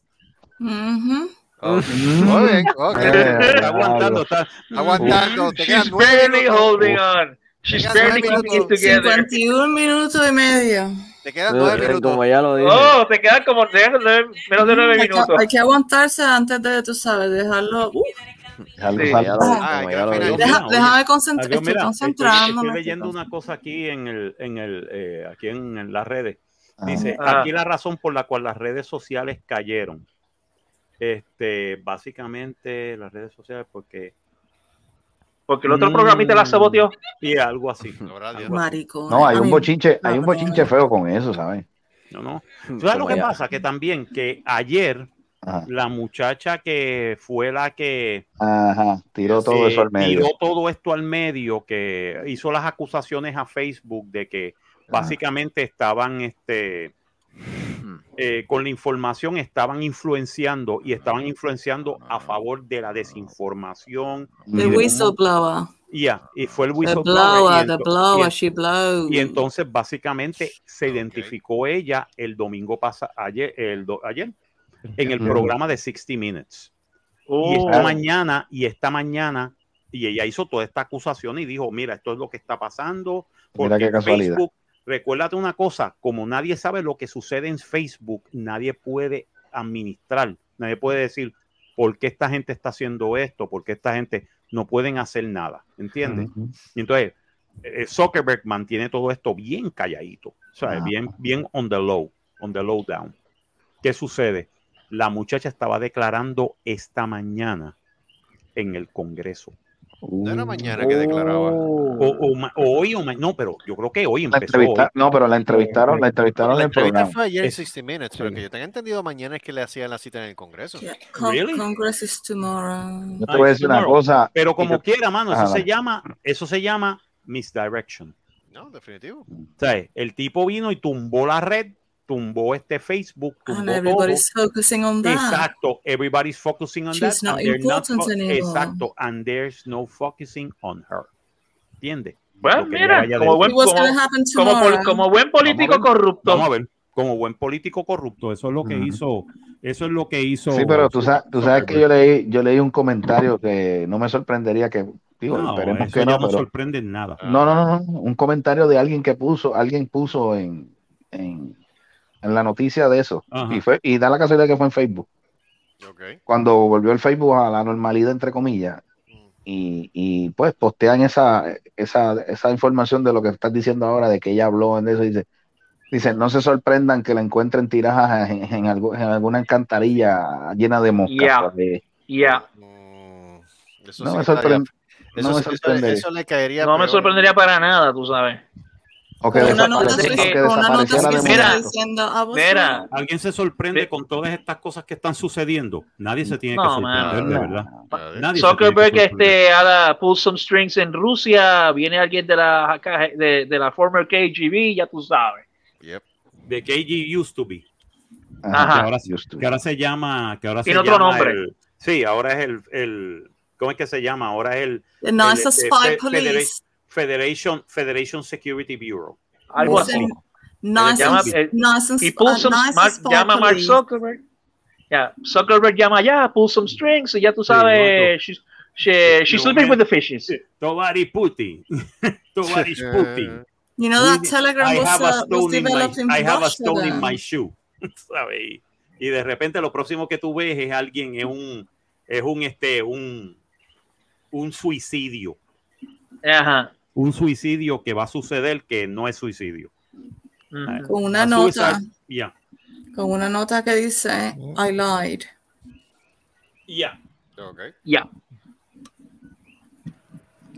J: Ujú.
F: Oh, muy bien, ok.
E: Eh,
C: Está aguantando, está.
F: Aguantando. Te quedan
G: She's
F: nueve
G: barely
F: minutos.
G: holding on. She's
F: Venga,
G: barely
F: nueve
G: keeping it
F: minutos.
G: together.
J: 51 minutos y medio.
F: Te quedan nueve minutos.
K: Como ya lo dije.
G: Oh, te quedan como nueve- nueve- menos de nueve
J: Hay que,
G: minutos.
J: hay que aguantarse antes de, tú sabes, dejarlo. uh,
E: Algo
G: Sí.
E: salta.
F: Ah,
K: como
F: que
K: ya
F: al
K: lo
F: final-
K: dije.
J: Deja-
C: oye.
J: déjame concentrar, estoy
C: Adiós,
J: este
C: mira, estoy,
J: concentrándome.
C: estoy leyendo una cosa aquí en el, en el, eh, aquí en, en las redes.
E: Ah.
C: Dice,
G: Ah.
C: aquí la razón por la cual las redes sociales cayeron. Este, básicamente las redes sociales porque
G: Porque el otro
C: Mm.
G: programita la saboteó.
C: y algo así.
F: Sabrá Dios.
J: Maricón.
E: No, hay
J: A
E: un
J: mí-
E: bochinche, hay un
J: no,
E: bochinche
J: no.
E: feo con eso, ¿sabes?
C: No, no. ¿Sabes lo
K: Como
C: que
K: ya-
C: pasa? Que también que ayer
E: Ajá,
C: la muchacha que fue la que
E: ajá, tiró todo
C: eh,
E: eso al medio.
C: tiró todo esto al medio, que hizo las acusaciones a Facebook de que básicamente estaban este eh, con la información estaban influenciando y estaban influenciando a favor de la desinformación
J: El whistleblower.
C: y, a- y fue el
J: The
C: whistleblower
J: blower,
C: y,
J: the
C: ento-
J: blower,
C: y-
J: she blow.
C: y entonces básicamente se
F: Ok.
C: identificó ella el domingo pasado ayer, el do- ayer en el
H: Ujú.
C: programa de 60 Minutes y
G: Oh,
C: esta mañana, y esta mañana, y ella hizo toda esta acusación y dijo, mira, esto es lo que está pasando.
E: Mira qué casualidad.
C: Facebook, recuérdate una cosa, como nadie sabe lo que sucede en Facebook, nadie puede administrar, nadie puede decir por qué esta gente está haciendo esto, por qué esta gente no pueden hacer nada, ¿entiendes? Y entonces, eh, Zuckerberg mantiene todo esto bien calladito, o sea,
E: Ah.
C: bien, bien on the low, on the low down. ¿Qué sucede? La muchacha estaba declarando esta mañana en el Congreso.
E: Uh,
F: No era mañana que declaraba.
C: O, o ma- o hoy o ma- no, pero yo creo que hoy
E: la
C: empezó. hoy.
E: entrevista, no, pero la entrevistaron, la entrevistaron en
F: La
E: el
F: entrevista
E: programa.
F: fue ayer en
C: Es-
F: 60 Minutes, pero
H: sí.
F: que yo tenga entendido mañana es que le hacían la cita en el Congreso.
J: Yeah, con-
C: Really? Ah,
J: Congress is tomorrow.
E: Yo te voy a decir una
C: tomorrow.
E: cosa,
C: Pero como quiera, mano, eso
E: Ajá,
C: se
E: dale.
C: llama, eso se llama misdirection.
F: No, definitivo.
C: O sea, el tipo vino y tumbó la red, tumbó este Facebook,
J: And
C: tumbó todo.
J: everybody's focusing on that.
C: Exacto, everybody's focusing on
J: She's
C: that.
J: not
C: and they're not
J: important
C: fo-
J: anymore.
C: Exacto, and there's no focusing on her. ¿Entiendes?
G: bueno,
C: Lo que
G: mira,
C: ella vaya a
G: como
C: decir.
G: buen,
J: It was
G: como,
J: going to happen
G: como pol-
J: tomorrow.
G: como buen político
C: Vamos Vamos a
G: corrupto.
C: ver, como buen político corrupto, eso es lo que
E: Ujú.
C: hizo, eso es lo que hizo.
E: Sí, pero tú sabes, tú sabes que yo leí, yo leí un comentario que no me sorprendería que, digo,
C: No,
E: esperemos
C: Ah, eso
E: que
C: ya
E: no,
C: no
E: pero
C: sorprende en nada.
E: no, no, no, no, un comentario de alguien que puso, alguien puso en, en, en la noticia de eso
C: Ajá.
E: y fue y da la casualidad que fue en Facebook.
F: Ok.
E: Cuando volvió el Facebook a la normalidad entre comillas y, y, pues postean esa, esa, esa información de lo que estás diciendo ahora de que ella habló en eso y dice Dicen, no se sorprendan que la encuentren tiradas en, en algo- en alguna alcantarilla llena de moscas.
G: Yeah.
E: porque
G: Yeah.
E: No me sorprende.
F: Eso
E: no me
F: sí- eso-
E: sorprende.
F: eso le caería
G: No me
F: peor.
G: sorprendería para nada, tú sabes.
E: O que
G: Una
E: desa-
G: nota
E: desa- o
G: que-
E: que
G: una nota
E: desapareciera
G: que
E: de
G: sea-
E: momento.
J: diciendo a vos.
G: Mira.
C: ¿Alguien se sorprende con todas estas cosas que están sucediendo? Nadie se tiene que
G: No,
C: sorprender,
G: mano,
C: de
G: no.
C: verdad. Nadie se
G: Zuckerberg
C: tiene que sorprender.
G: este, ahora pull some strings en Rusia, viene alguien de la, KG de, de la former KGB, ya tú sabes.
C: De KG used to be.
G: Ajá.
C: Ah, Que, ahora, que ahora se llama. Que ahora
G: Tiene
C: se
G: otro
C: llama
G: nombre.
C: el- sí, ahora es el, el- ¿Cómo es que se llama? Ahora es el.
J: No,
C: el,
J: es a
C: este,
J: spy
C: Fe-
J: police.
C: Federa- Federation, Federation Security Bureau.
G: Algo
J: Es
G: así.
J: el Nonsense,
G: Se le llama, eh,
J: nonsense,
G: Y pull
J: uh,
G: some,
J: nonsense
G: Mark-
J: spy
G: llama a Mark
J: police.
G: Zuckerberg. Ya, Zuckerberg llama allá, pull some strings, y ya tú sabes, she's, she- she's
C: No,
G: sleeping
C: man.
G: with the fishes.
C: Tovarish Putin. Tovarish Putin.
J: You know that Telegram
C: I
J: was,
C: have a
J: uh, was
C: stone in
J: developed in
C: my, I have a
J: Russia
C: stone in
J: then.
C: my shoe. ¿Sabe? Y- Y de repente lo próximo que tú ves es alguien, es un, es un, este, un, un suicidio.
G: Ajá.
C: Un suicidio que va a suceder que no es suicidio.
J: Con una
C: A
J: nota.
C: suicide- Yeah.
J: Con una nota que dice, I lied.
C: Yeah.
G: Ya.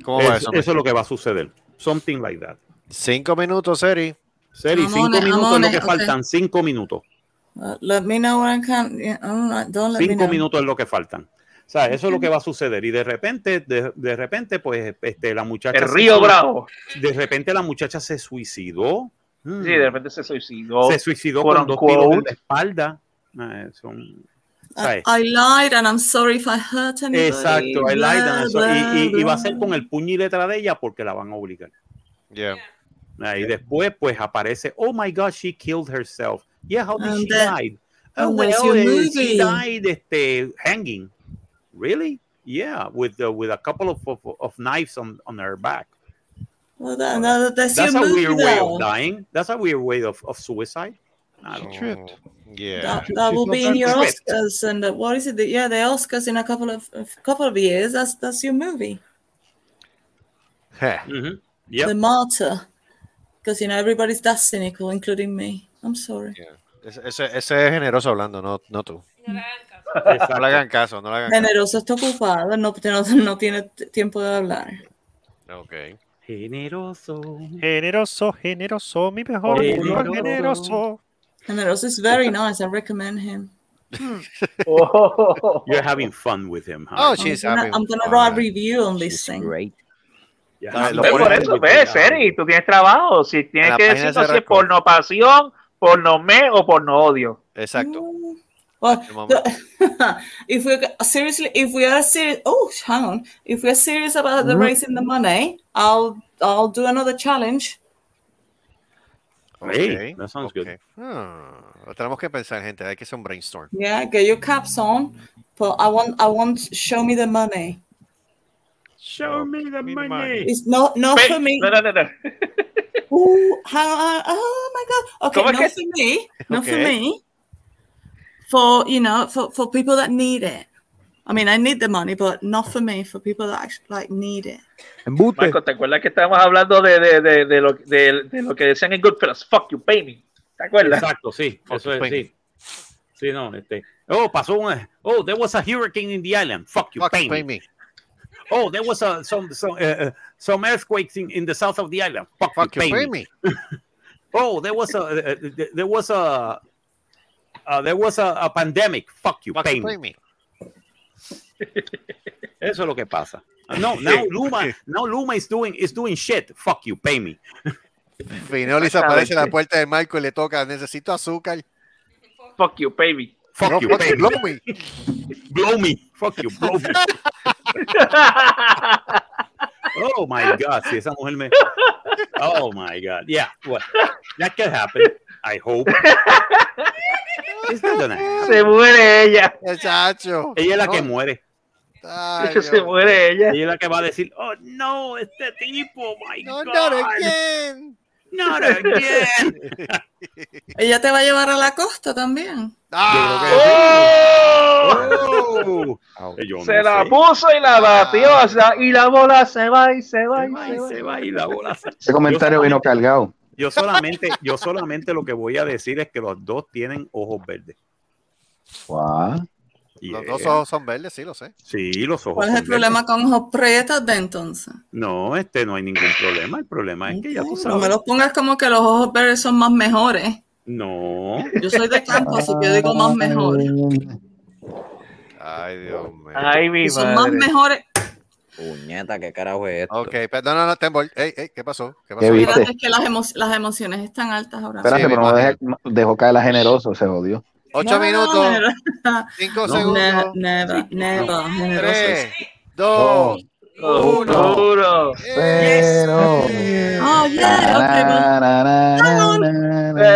F: ¿Cómo
C: Es-
F: va
C: eso,
F: eso?
C: es lo que va a suceder. Something like that.
F: Cinco minutos, Seri.
C: Seri,
J: I'm
C: cinco
J: on it, I'm
C: minutos es
J: on
C: lo
J: it,
C: que
J: okay.
C: faltan. Cinco minutos.
J: Uh, let me know when I can. yeah, all right, don't let me
C: cinco
J: know.
C: minutos es lo que faltan. O sea, eso es lo que va a suceder. Y de repente, de, de repente, pues, este, la muchacha.
G: El
C: se
G: río
C: sui-
G: Bravo.
C: De repente la muchacha se suicidó. Mm.
G: Sí, de repente se suicidó.
C: se suicidó
G: quote
C: con dos
G: unquote.
C: tiros en la espalda. Ah, son-
J: I,
C: ¿sabes?
J: I lied and I'm sorry if I hurt anybody.
C: Exacto, I lied and I saw-
J: blah,
C: y, y- y va a
J: blah.
C: ser con el puño y letra de ella porque la van a obligar.
F: Yeah.
C: Ah, Y después, pues aparece, oh my god, she killed herself. Yeah, how did
J: And
C: she
J: that-
C: die?
J: and
C: Oh,
J: that's
C: well,
J: your
C: eh,
J: movie."
C: she died este, hanging. Really? Yeah, with uh, with a couple of, of, of knives on, on her back.
J: Well, that, no, that's,
C: That's
J: your
C: a
J: movie,
C: weird way of
J: though.
C: dying. That's a weird way of, of suicide. I don't know.
H: Tripped.
F: Yeah.
J: That, that will
H: not
J: be in your
C: perfect.
J: Oscars and uh, what is it? The- Yeah, the Oscars in a couple of a couple of years. That's that's your movie,
C: Mhm. Yep.
J: The Martyr, because you know everybody's that cynical, including me. I'm sorry.
F: Ese, ese- ese es generoso hablando, no, no tú. No le hagan caso, no le hagan caso.
J: Generoso está ocupado, no, no, no tiene t- tiempo de hablar.
F: Ok.
C: Generoso.
F: Generoso, generoso, mi mejor
C: Generoso.
F: amigo generoso.
J: Generoso is very nice. I recommend him.
G: Oh.
C: You're having fun with him, huh?
F: Oh,
J: I'm
F: she's
J: gonna,
F: having
J: I'm gonna
F: fun.
J: write review on this thing.
C: Yeah.
F: Ah, lo
G: Ve,
F: ponen
G: por
F: en
G: eso,
F: el
G: ve, Seri, tú tienes trabajo. Si
F: la
G: tienes que
F: página
G: decirnos si
F: de
G: es
F: Record.
G: porno pasión, porno me o porno odio.
F: Exacto.
J: Mm. Well,
F: At the moment.
J: the- if we're go- seriously, if we are serious, oh, hang on. If we're serious about the raising the money, I'll I'll do another challenge.
C: Hey, that sounds
F: ok.
C: good.
F: Ah, lo tenemos que pensar, gente. Hay que hacer un brainstorm.
J: Yeah, get your caps on. But I want I want show me the money.
C: Show me the
F: me the
C: money.
J: It's not not
G: Ve,
J: for me.
G: No, no, no, no.
J: Ooh, hang on. Oh my god.
G: ¿Cómo
J: Okay,
G: es
J: not
G: que-
J: for me. Not for
F: Okay.
J: me. For you know, for for people that need it. I mean, I need the money, but not for me. For people that actually like need it.
H: Embute.
G: Marco, ¿te acuerdas que estábamos hablando de, de, de, de, lo, de, de lo que decían en Goodfellas? Fuck you, pay me. ¿Te acuerdas?
C: Exacto, sí.
F: Fuck
C: eso es,
F: you, Spain.
C: sí. Sí, no, este. Oh, pasó un. Oh, there was a hurricane in the island. Fuck you,
F: Fuck,
C: Spain.
F: pay me.
C: Oh, there was a, some some uh, uh, some earthquakes in, in the south of the island. Fuck,
F: Fuck
C: you,
F: you,
C: Spain.
F: pay me.
C: Oh, there was a uh, uh, there was a uh, there was a, a pandemic. Fuck you,
F: Fuck
C: Spain.
F: you, pay me.
C: Eso es lo que pasa. Ah, No, now Luma, now Luma is doing is doing shit. Fuck you, pay me.
F: Finolis aparece en la puerta de Marco y le toca, necesito azúcar.
G: Fuck you, pay me.
C: Fuck
F: No,
C: you,
F: fuck
C: pay
F: you,
C: me.
F: blow me.
C: Blow me. Fuck you, blow me. Oh my God, si esa mujer me. Oh my God, yeah, what? That can happen. I hope. It's not gonna happen.
G: Se muere ella.
F: Muchacho.
C: Ella es la que
F: No,
C: muere.
F: ay,
G: Se
F: Dios.
G: muere ella.
C: Ella es la que va a decir, oh no, este tipo, my
F: No,
C: God,
F: not again.
C: not again.
J: Ella te va a llevar a la costa también.
F: Ah,
G: ¡Oh!
C: Oh. Yo no
G: Se la
C: sé.
G: puso y
F: Ah.
G: la batió. o sea, y la bola se va y se va
C: Se
G: y
C: va
G: se
C: y
G: va.
C: se va y la bola se-
E: Ese comentario
C: Yo
E: vino cargado.
C: Yo solamente, yo solamente lo que voy a decir es que los dos tienen ojos verdes.
E: Wow.
F: Los dos ojos son verdes, sí, lo sé.
C: Sí, los ojos.
J: ¿Cuál es el
C: son
J: problema con ojos prietos de entonces?
C: verdes. No, este no hay ningún problema. El problema es que ya tú
J: No me
C: sabes.
J: los pongas como que los ojos verdes son más mejores.
C: No.
J: Yo soy de campo, así que yo digo más mejores.
F: Ay, Dios mío.
G: Ay, mi
J: Y son más
G: madre.
J: mejores.
K: Puñeta, qué carajo es esto.
F: Ok, pero no, no, no, Tembol. Ey, ey, ¿qué pasó? ¿Qué pasó?
E: ¿Qué viste?
J: Espérate, es que las, emo- las emociones están altas ahora.
E: Espérate,
F: Sí,
E: pero
F: me
E: no
F: imagino.
E: deje- no- dejó caer la generoso, se jodió.
F: Ocho
J: No,
F: minutos,
J: never,
F: cinco
E: No.
F: segundos,
J: never, never, never.
F: tres, dos, uno.
G: Duro.
E: Pero.
J: Oh, yeah, ok, va.
E: Na, na, na, na, na, na.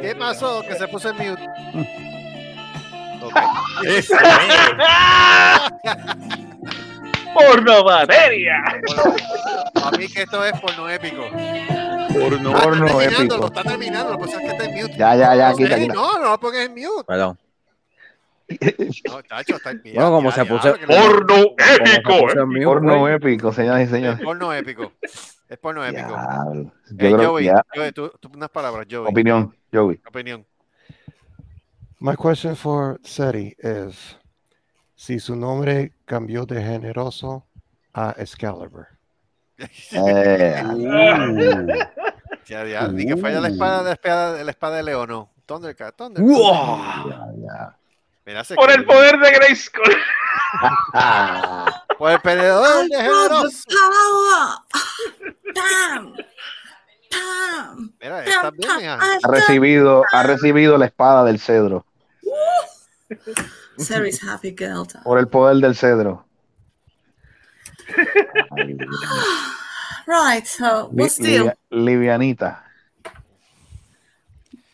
F: ¿Qué pasó? Que se puso en mute. Ok.
C: Eso es.
G: Porno materia.
F: A mí que esto es porno épico.
C: Porno.
F: Ah,
E: Porno
F: está terminando,
E: épico.
F: lo está terminando, lo que pasa es que está en mute.
E: Ah, Ya, ya, ya,
F: No,
E: quita,
F: Nelly,
E: quita.
F: No, no lo pongas en mute.
K: Perdón.
F: No, Tacho, está en mute.
I: Bueno, como se puso-
G: Porno épico.
E: Porno épico, señoras y señores.
F: Porno épico. Es porno épico.
E: Diablo.
F: Eh,
E: Yo creo que
F: Joey,
E: ya.
F: Joey, tú, tú unas palabras, Joey.
E: Opinión, Joey.
F: Opinión.
H: My question for Seri is si su nombre cambió de generoso a Excalibur.
E: Eh,
F: Ya, ya, ni que falla la espada, la espada, la espada de León, no. Thundercat, Thundercat.
E: ya, ya.
F: Mira, se
G: Por el
F: cayó.
G: poder de Grayskull.
E: Ah,
F: Por el perdedor
J: I
F: de
J: got the
F: generoso.
J: power. Damn. Damn.
F: Mira, está
J: Damn.
F: bien, hija.
J: I've
E: ha
J: got-
E: recibido, ha recibido la espada del cedro.
J: Sherry's Uh. happy girl.
E: Por el poder del cedro. Ay,
J: Right, so
E: li-
J: what's deal?
E: livia- livianita.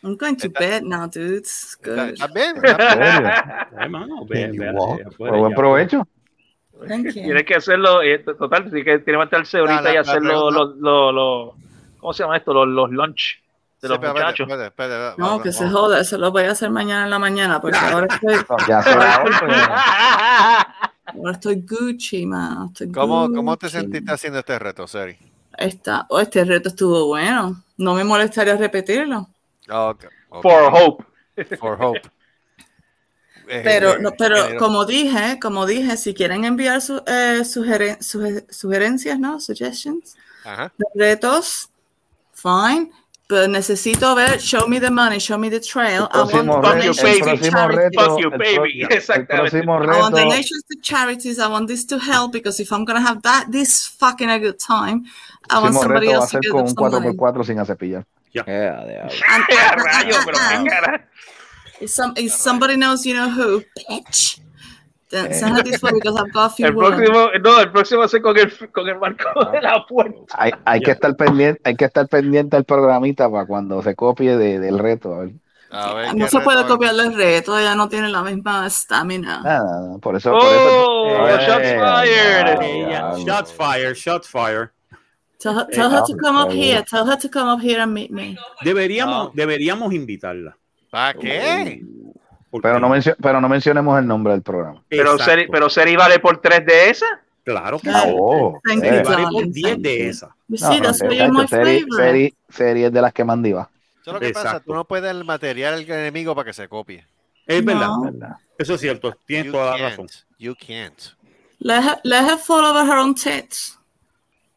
J: I'm going to bed now, dudes.
F: Está-
J: Good.
F: está bien.
E: Serio.
C: Ay, mano, ve-
H: Can you
C: ve-
H: walk?
C: ve-
E: Pues buen provecho.
J: Thank you.
G: Tienes que hacerlo, eh, total, tienes que, tienes que levantarse ahorita
F: la-
G: y
F: la
G: hacer los,
F: pregunta-
G: los, los, los- ¿cómo se llama esto? Los, los lunch de
F: Sí,
G: los
F: espera, espérate,
G: muchachos.
F: espérate, espérate,
J: No,
F: vamos,
J: que se
F: vamos.
J: joda, eso lo voy a hacer mañana en la mañana porque ahora estoy,
E: No, ya se va hoy, pero-
J: ahora estoy Gucci, man. Estoy
E: Uh,
F: ¿Cómo, ¿Cómo te
J: Gucci.
F: sentiste haciendo este reto, Seri?
J: Esta, oh, este reto estuvo bueno. No me molestaría repetirlo.
F: Ah, ok, ok.
G: For Hope.
F: For hope. Eh,
J: Pero,
F: eh,
J: no, pero
F: generoso.
J: como dije, como dije, si quieren enviar su- eh, sugeren- suge- sugerencias, ¿no? Suggestions.
F: Ajá.
J: de retos, fine, pero necesito ver, show me the money, show me the trail.
E: El próximo
G: Fuck
E: reto,
G: you,
E: el
G: baby.
E: próximo
J: charities.
E: reto,
G: Fuck you,
E: el
G: baby.
E: pro- el
G: Exactamente.
E: próximo
J: I want
E: reto,
J: donations to charities. I want this to help because if I'm gonna have that, this fucking a good time, I want
E: próximo
J: somebody
E: reto va a
J: else to
E: ser
J: give
E: con
J: them
E: un
J: some money.
E: 4x4 sin acepillar.
K: Eh, a diablo.
J: And-
G: ¡Ah,
J: and-
G: rayos!
J: and-
G: Pero
J: and-
G: qué cara.
J: if, some, if somebody knows you know who, bitch, then
E: Eh.
J: send her this way because I've got a few
G: El
J: women.
G: próximo, no, el próximo va a ser con el, con el marco
C: Ah.
G: de la puerta.
E: Hay, hay que estar pendiente, hay que estar pendiente al programita para cuando se copie de- del reto. a ver.
F: A ver,
J: No
F: ¿qué
J: se puede
F: reto?
J: copiar el reto, ella no tiene la misma estamina.
E: Nada, nada, por eso, por eso.
G: ¡Oh!
E: Eh,
G: ¡Shots fired!
E: eh,
C: Ella- Shots fire, shots fire.
J: Tell her, tell her to come up
E: eh,
J: here, tell her to come up here and meet me.
C: Deberíamos,
F: No.
C: deberíamos invitarla.
F: ¿Para qué?
C: Porque-
E: Pero no, mencio- pero no mencionemos el nombre del programa.
G: Pero
C: Exacto.
G: Seri, pero Seri vale por tres de esas.
C: claro que
J: Ah,
C: sí.
E: Oh,
J: Thank
E: eh.
J: you,
C: Vale por
J: darling.
C: 10
J: Thank
C: de
J: you.
C: esas.
J: You
E: No,
J: see,
E: no,
J: that's why
E: de-
J: you're my
E: de- serie,
J: favorite.
E: serie, serie de las que mandiva.
F: Eso es lo que pasa,
C: Exacto.
F: tú no puedes el material al enemigo para que se copie.
C: Es
J: No.
C: verdad,
E: ¿verdad?
C: eso es cierto. Tienes
F: You
C: toda la
F: can't.
C: razón.
F: You can't.
J: Let her, let her fall over her own tits.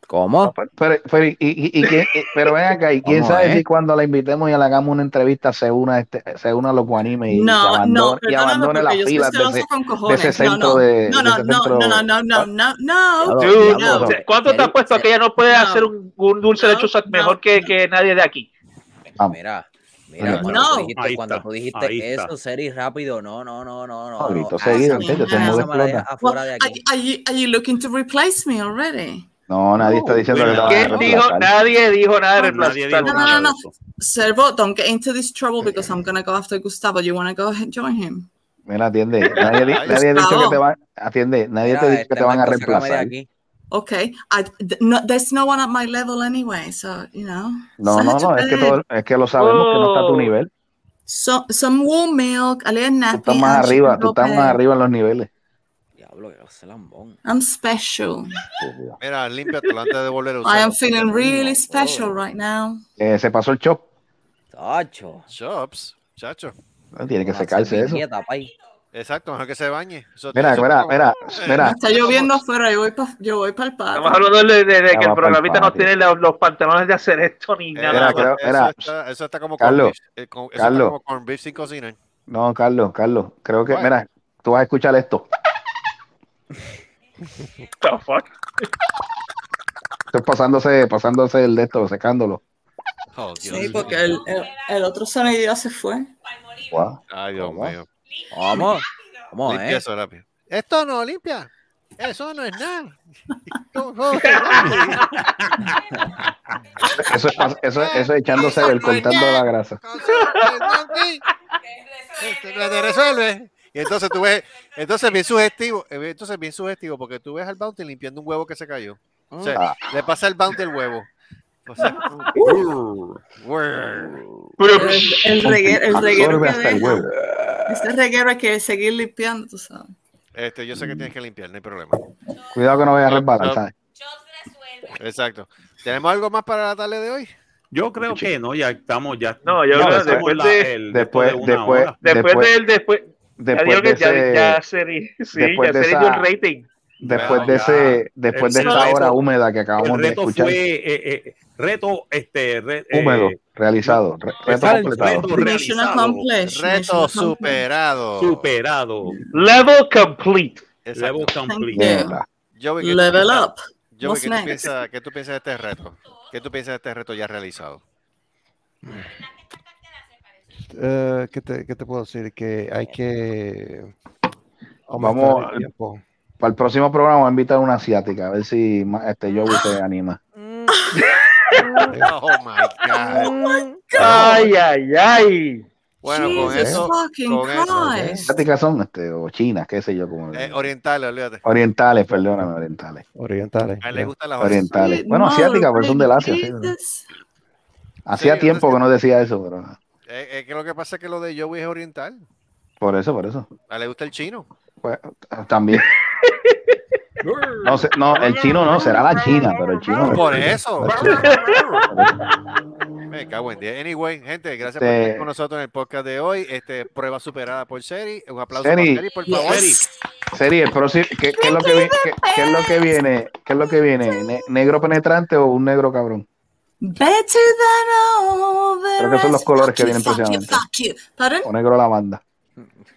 K: ¿Cómo?
E: Pero, pero, y, y- y quién- y- pero ven acá, y quién
K: Vamos,
E: sabe
K: eh.
E: si cuando la invitemos y le hagamos una entrevista se una, este, se una a los guanimes y,
J: No,
E: y
J: no,
E: abandone, y
J: perdóname,
E: abandone
J: porque
E: las
J: yo soy
E: filas de
J: celosa
E: ese-
J: con cojones.
E: ese
J: No, no,
E: centro de-
J: no, no,
E: de ese
J: no,
E: centro-
J: no, no, no, no, no.
K: Diablo,
G: Dude,
K: diablo.
E: no.
G: ¿Cuánto te has
K: Seri,
G: puesto que ella no puede
J: No.
G: hacer un, un dulce de
J: No,
G: chuzac
J: no,
G: mejor que, que nadie de aquí?
E: Vamos.
K: Mira, mira,
E: Mira.
K: cuando
J: No.
K: tú dijiste,
C: Ahí
K: cuando
C: está,
K: tú dijiste
C: ahí está.
K: eso, Seri, rápido, no, no, no, no, no.
E: Ah,
K: no.
E: grito
K: Ah,
E: seguido,
K: esa-
J: entiendo, todo el
K: esa
E: mundo
K: madera
E: explota.
J: Well,
K: afuera de
J: are,
K: aquí.
J: are you are you looking to replace me already?
E: No, nadie está diciendo que
C: bueno,
E: la van a
G: ¿Quién dijo?
E: reemplazar.
G: Nadie dijo nada de
C: Nadie dijo
G: reemplazar.
J: No, no,
C: nada
J: no,
C: de eso.
J: Servo, don't get into this trouble because I'm gonna go after Gustavo. You wanna go ahead and join him?
E: Mira, atiende. Nadie, di-
F: Ay,
E: nadie ha dicho
J: Gustavo.
E: que te van, atiende. Nadie
K: Mira,
E: te ha dicho
K: este
E: que te van a
K: Marco, sácame de
E: reemplazar.
K: aquí.
J: Okay, I, th- no, there's no one at my level anyway, so you know.
E: No,
J: Send her
E: no,
J: to
E: no, es que
J: bed.
E: todo, es que lo sabemos que no está a tu
G: Oh.
E: nivel.
J: So, some warm milk, a little
E: Tú
J: nappy.
E: estás más
J: and she
E: arriba,
J: can
E: tú
J: go
E: estás
J: bed.
E: más arriba en los niveles.
K: Diablo, que hace lambón.
J: I'm special.
F: Mira, límpiate antes de volver a usar.
J: I am feeling really
G: Oh.
J: special right now.
E: Eh, se pasó el chop.
K: Chacho.
F: Chops, chacho.
E: No, tiene
F: Ah,
E: que secarse eso.
K: Nieta, pay.
F: Exacto, mejor que se Eh, bañe. Eso-
E: Mira,
F: eso-
E: mira, mira, mira.
J: Está lloviendo afuera, yo voy para yo voy pa el patio.
G: Estamos hablando de, de- de
E: Ya
G: que el
E: va pa'l
G: programita no
E: patio.
G: tiene los, los pantalones de hacer esto ni
F: Eh,
G: nada.
E: Mira, creo-
F: eso,
E: mira.
F: Está, eso está como
E: Carlos,
F: corn beef, eh, con- eso está
E: Carlos.
F: como corn beef sin cocinar.
E: No, Carlos, Carlos, creo que,
F: Bueno.
E: mira, tú vas a escuchar esto.
G: What the fuck?
E: Estoy pasándose, pasándose el de esto, secándolo.
F: Oh, Dios.
J: Sí, porque el, el, el otro sonido se fue.
E: Wow.
F: Ay, Dios
E: ¿Cómo?
F: mío.
K: Vamos. Vamos,
F: Limpia
K: eh.
F: eso rápido.
I: Esto no limpia. Eso no es nada.
E: Eso es, pas- eso, es- eso es echándose del contando la grasa.
I: Te te resuelve.
F: Y entonces tú ves, entonces bien sugestivo, eh, entonces bien sugestivo, porque tú ves al Bounty limpiando un huevo que se cayó. O sea,
E: Ah.
F: le pasa al Bounty el huevo. O sea, Word.
J: El, el reguero, el reguero
E: Absorbe
J: que
E: hasta el
J: deja.
E: huevo.
J: Este reguero hay que seguir limpiando, tú sabes.
F: Este, yo sé que tienes que limpiar, no hay problema.
E: Cuidado que no vaya a resbalar,
F: No.
E: ¿sabes?
F: Exacto. ¿Tenemos algo más para la tarde de hoy?
C: Yo creo que no, ya estamos, ya.
G: No, yo
E: No,
G: creo
E: después-
G: después,
C: la-
G: de,
C: el-
E: Después,
C: una
E: después,
C: hora.
G: después,
E: después,
G: del después, ya
E: después
G: digo
E: de
G: que ya, ya
E: ese,
G: sería, sí,
E: después
G: ya
E: de
G: sería
E: esa-
G: un rating.
E: después de
C: Ya.
E: ese, después de
C: El
E: esta
C: reto-
E: hora húmeda que
C: El
E: acabamos de
C: reto
E: escuchar,
C: fue eh, eh, reto, este, re- eh,
E: húmedo, realizado, re- reto
C: exacto,
E: completado.
C: reto
J: Mission
C: realizado,
J: accomplished.
F: Reto
J: mission accomplished.
F: superado.
C: superado,
G: Level complete.
F: Exacto.
C: level complete.
J: Yeah.
E: Mierda.
F: Yo vi que tú
J: Level
F: piensas-
J: up.
F: Yo vi
J: What's
F: que tú
J: next?
F: piensas, ¿qué tú piensas de este reto? ¿Qué tú piensas de este reto ya realizado?
H: Eh, ¿qué, te, qué te puedo decir? Que hay que aumentar
E: Vamos
H: el
E: al-
H: tiempo.
E: Para el próximo programa voy a invitar a una asiática, a ver si ma- este
J: Ah.
E: Joey se anima.
F: Oh my God.
G: Ay, ay, ay.
F: Bueno, con
J: Jesus
F: eso,
J: fucking
F: con eso,
J: Christ.
E: Asiáticas son este, o chinas, qué sé yo, como
F: eh, orientales, olvídate.
E: orientales, perdóname, orientales.
H: Orientales.
F: A él le
H: ya.
F: gustan las orejas.
E: Orientales.
J: Sweet
E: Bueno, asiáticas,
J: mother
E: pero son del Asia, sí,
J: of
E: pero-
J: Jesus.
E: Hacía
F: Sí,
E: tiempo
F: entonces-
E: que no decía eso, pero
F: Eh, eh, que lo que pasa es que lo de Joey es oriental.
E: por eso, por eso.
F: A él le gusta el chino.
E: Pues, también. No, sé- no, el chino no, será la China, pero el chino.
F: Por eso.
E: La China.
F: Me cago en diez. Anyway, gente, gracias por
E: Este-
F: estar con nosotros en el podcast de hoy. Este, prueba superada por Seri. Un aplauso
E: Seri.
F: para Seri, por favor.
C: Seri,
E: Sería el próximo. ¿qué, qué es lo que, vi- qué- qué es lo que viene? ¿Qué es lo que viene? ¿Ne- ¿Negro penetrante o un negro cabrón?
J: Better than all the
E: Creo que son los
J: rest.
E: colores
J: Fuck
E: que
J: you,
E: vienen
J: fuck you,
E: próximamente.
J: fuck you. Pardon?
E: ¿O negro lavanda?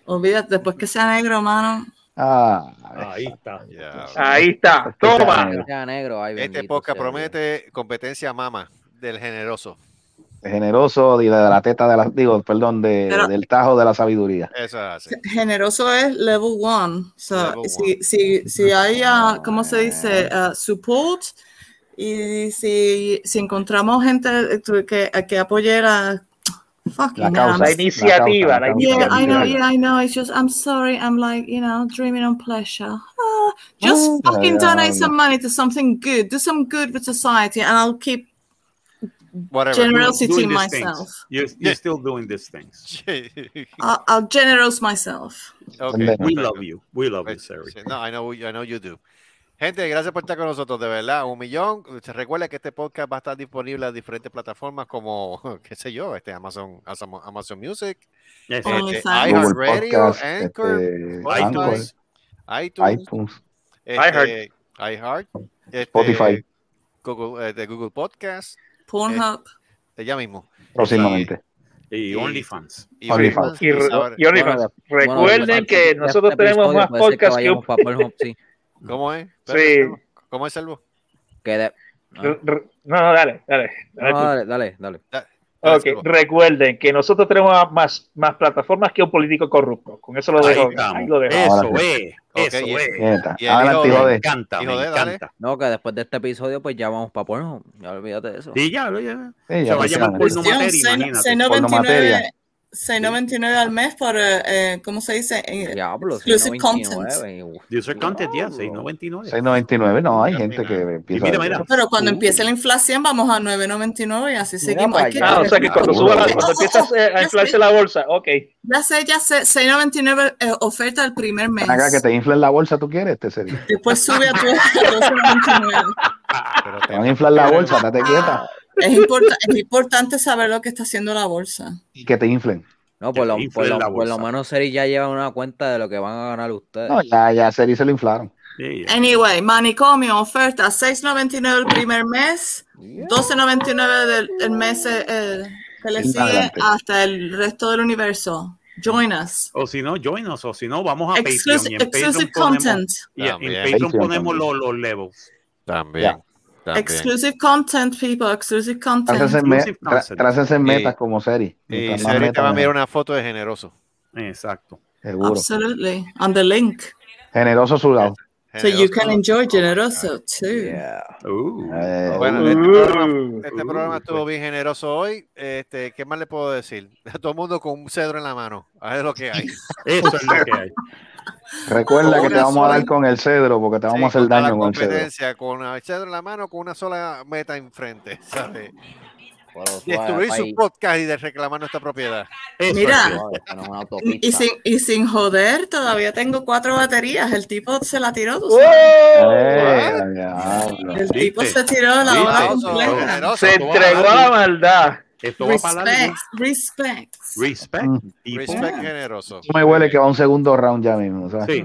J: Olvídate, después que sea negro, mano.
E: Ah,
C: ahí está.
F: Ya.
G: Ahí está.
E: Este
G: Toma.
E: negro,
K: Ya negro, ay,
F: Este
K: bendito
F: podcast
K: sea
F: promete competencia mama del generoso.
E: generoso de la, de la teta de la, digo, perdón, de-
J: Pero-
E: del tajo de la sabiduría.
F: Eso hace.
J: Generoso es level one. So,
F: Level
J: si, Si, si hay, ah, ¿cómo se dice? Ah, support. Y si, si encontramos gente eh, que, que apoye la. Fucking
E: La
J: man.
E: causa.
G: La iniciativa,
J: Yeah,
G: la
J: I know,
G: iniciativa.
J: yeah, I know. It's just, I'm sorry. I'm like, you know, dreaming on pleasure. Ah, just
E: Oh,
J: fucking donate
E: yeah.
J: some money to something good. Do some good with society, and I'll keep
F: Whatever.
J: generosity
C: Doing these
J: myself.
C: things. You're, you're still doing these things.
J: I'll, I'll generous myself.
F: Ok,
C: We
F: perfecto.
C: love you. We love you, Seri.
F: Sí, No, I know, I know you do. Gente, gracias por estar con nosotros, de verdad, un millón. Se Recuerda que este podcast va a estar disponible en diferentes plataformas como, qué sé yo, este Amazon, Amazon, Amazon Music,
C: Yes.
J: Oh,
F: este,
J: OnlyFans.
E: Google
F: iHeartRadio,
E: Podcast,
F: Anchor,
E: este,
F: Anchor,
E: Anchor,
C: iTunes.
F: iTunes,
E: iTunes.
F: este, iHeart, este,
E: Spotify.
F: Google, eh, de Google Podcast,
J: Pornhub.
F: de ya mismo.
E: próximamente.
C: Y OnlyFans.
F: Y pues,
E: OnlyFans.
G: Y, re-
F: ahora-
G: y OnlyFans.
K: Bueno,
G: recuerden
K: Bueno, después de-
G: que
K: después de
G: nosotros
K: este
G: tenemos
K: episodio
G: más
K: puede ser que
G: podcasts que,
K: vayamos para Pornhub, sí.
F: ¿Cómo es?
G: Sí.
F: ¿Cómo es, Salvo?
K: Que de-
G: re- re- No, no, dale, dale. dale
K: No,
G: tú.
K: dale, dale, dale.
F: Dale,
G: Ok,
F: Salvo.
G: recuerden que nosotros tenemos más, más plataformas que un político corrupto. Con eso lo
C: Ahí
G: dejo.
C: estamos.
G: Ahí lo dejo.
C: Eso
E: Ahora
C: es. Eso
F: Ok,
C: es.
E: Nieta.
F: Y el
E: Adelante,
F: hijo
E: hijo
F: de-
C: Me
E: de.
C: encanta,
F: Hijo
C: me
F: de, dale.
C: encanta.
K: No, que después de este episodio, pues ya vamos para Pornhub. Ya olvídate de eso.
C: Sí, ya, ya.
E: Sí,
C: Se
E: ya
C: va a llamar
E: próximamente.
C: porno materia,
J: Cuestión,
C: imagínate.
E: Porno materia.
J: 6.99 al mes por, eh, ¿cómo se dice? Eh,
K: Diablo,
J: Exclusive
K: 699.
C: User content, ya, 6.99.
E: 6.99, no, hay gente que empieza
C: mira,
E: a-
C: mira.
J: Pero cuando empiece la inflación vamos a 9.99 y así seguimos.
K: para
J: Hay que-
K: allá.
G: Ah, o sea que cuando, suba la, cuando empiezas eh, a inflarse la bolsa, ok.
J: Ya sé, ya sé, 6.99 eh, oferta el primer mes.
E: Acá que te inflen la bolsa, ¿tú quieres? Este serio.
J: Después sube a tu- a 12.99.
F: Pero Ah.
E: Te van a inflar la bolsa, date quieta.
J: Es, importa- es importante saber lo que está haciendo la bolsa.
E: Que te inflen.
K: No, por lo,
C: Infla
K: por lo-
C: la
K: por lo
C: bolsa.
K: menos Seri ya lleva una cuenta de lo que van a ganar ustedes.
E: No, ya, ya, Seri se lo inflaron.
C: Sí, ya.
J: Anyway, manicomio, oferta, 6.99 el primer mes, 12.99 del el mes eh, eh, que le sigue
E: Adelante.
J: hasta el resto del universo. Join us.
C: O si no, join us, o si no, vamos a Patreon. y
J: Exclusive,
C: en Patreon
J: exclusive
C: ponemos-
J: content.
C: y en
F: También.
C: Patreon
E: Patreon
C: ponemos
E: también.
C: los, los levels.
F: También. también.
J: Exclusive content, people. Exclusive
E: Trácense,
J: content.
E: me-
C: Inclusive
E: tra-
C: concept.
E: trácense metas
F: Sí.
E: como Seri.
F: Y
E: Mientras más
F: Seri te
E: metas,
F: va a enviar
E: mejor.
F: una foto de generoso.
C: Exacto.
E: Seguro.
J: Absolutely. On the link.
E: Generoso sudado.
J: So you can
F: Generoso.
J: enjoy Generoso too.
K: Yeah.
C: Uh,
E: Eh,
F: Bueno, este programa, este
G: uh,
F: programa
G: pues.
F: estuvo bien generoso hoy. Este, ¿Qué más le puedo decir? Todo el mundo con un cedro en la mano. A ver lo que hay.
C: Eso es lo que hay.
E: recuerda que te
F: Una
E: vamos a dar
F: sola-
E: con el cedro porque te vamos
F: Uh. Sí,
E: a hacer
F: contra
E: daño
F: la
E: con el cedro.
F: competencia, con el cedro en la mano, con una sola meta enfrente, ¿sabes?
K: Por los
F: Destruir
K: suaves,
F: su podcast y de reclamar nuestra propiedad.
C: Eso
J: Mira.
C: es
K: país. Suave, que no es una autopista.
J: Y sin, y sin joder, todavía tengo cuatro baterías. El tipo se la tiró, tú sabes.
E: Eh, diablo.
J: El tipo
C: ¿Viste?
J: se tiró la ola
F: Generoso,
J: completa.
F: generoso,
G: Se
F: tú vas a
G: entregó a
F: darle
G: la maldad.
C: Esto va para
J: Respect,
C: largo.
J: respect.
C: Respect.
E: Mm.
C: tipo.
F: Respect generoso.
E: No me huele que va un segundo round ya mismo. ¿sabes?
C: Sí.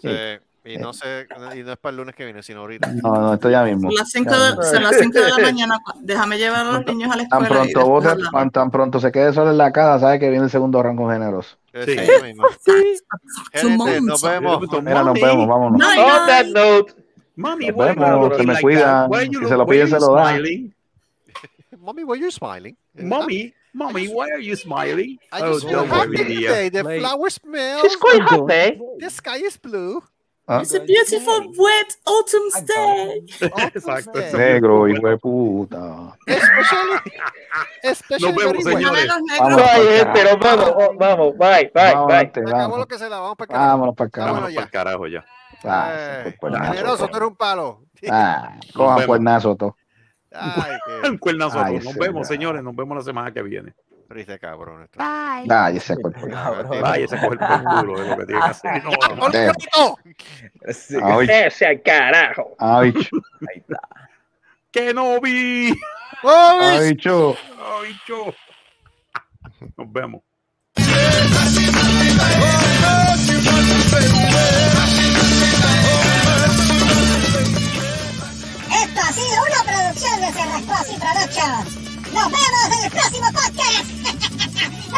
F: Sí, eh, Y no, sé, y no es para el lunes que viene, sino ahorita.
E: No, no, esto ya mismo.
J: Son las cinco de, son las cinco de la mañana. Déjame llevar a los niños a la
E: Tan
J: escuela. y
E: pronto
J: después
E: vote,
J: hablamos.
E: tan, tan pronto se quede solo en la casa, sabe que viene el segundo round con generoso.
F: Eso
C: Sí.
F: yo mismo. Gente,
J: Tomorrow.
F: nos vemos.
E: Mira, nos vemos, vámonos.
J: Night,
G: On that
J: night.
G: note.
C: Mami,
E: Nos
C: why
E: vemos,
C: you
E: se
C: looking
E: me
C: like
E: cuidan.
C: that? Why you
E: Si
C: look-
E: se lo
C: why
E: piden,
C: you
E: se lo dan.
C: smiling?
F: Mommy, why you smiling?
C: Mommy, mommy, why are you smiling?
I: Oh,
F: I
J: Oh,
F: just feel
C: don't worry,
F: happy
C: dear.
F: today. The
K: Like-
F: flower smells.
G: She's quite happy.
F: The sky is blue.
E: Ah,
J: It's a beautiful wet autumn day.
C: Exacto.
F: Autumn's day.
E: Negro, hijo de puta.
F: Especially, especially
C: Nos vemos,
F: very well.
J: No
C: señores.
J: de los negros.
E: Vamos,
G: Ay,
E: para
G: gente, nos vamos, oh, vamos, bye, bye,
E: Vámonos,
G: bye.
E: te
F: Se acabó
E: vamos.
F: lo que se la vamos para acá.
E: Vámonos para acá.
F: Vámonos
C: Vámonos
F: ya.
C: para el carajo ya.
E: Ah, sí, por cuernazo,
F: Eh, Generoso, tú eres un palo.
E: Ah,
C: Nos
E: coja
C: vemos.
E: cuernazo, todo.
F: Ay, qué
C: Un cuernazo.
E: Ay,
C: Nos
E: sí,
C: vemos,
E: ya.
C: señores. Nos vemos la semana que viene.
F: triste cabrón. esto.
E: Ah, ese cuerpo.
C: Vaya, se coge el por culo de lo que tiene que hacer. No, no, no.
F: ¡Hola,
E: Damn.
F: Carlito!
K: Sí.
E: Ay,
G: Ese carajo.
E: ay,
C: ¡Que no vi!
F: ¡Bobby!
E: ay, cho.
C: ¡Ay, yo! Nos vemos.
B: Esto ha sido una producción de Cerrascos y Productions. Nos vemos en el próximo podcast.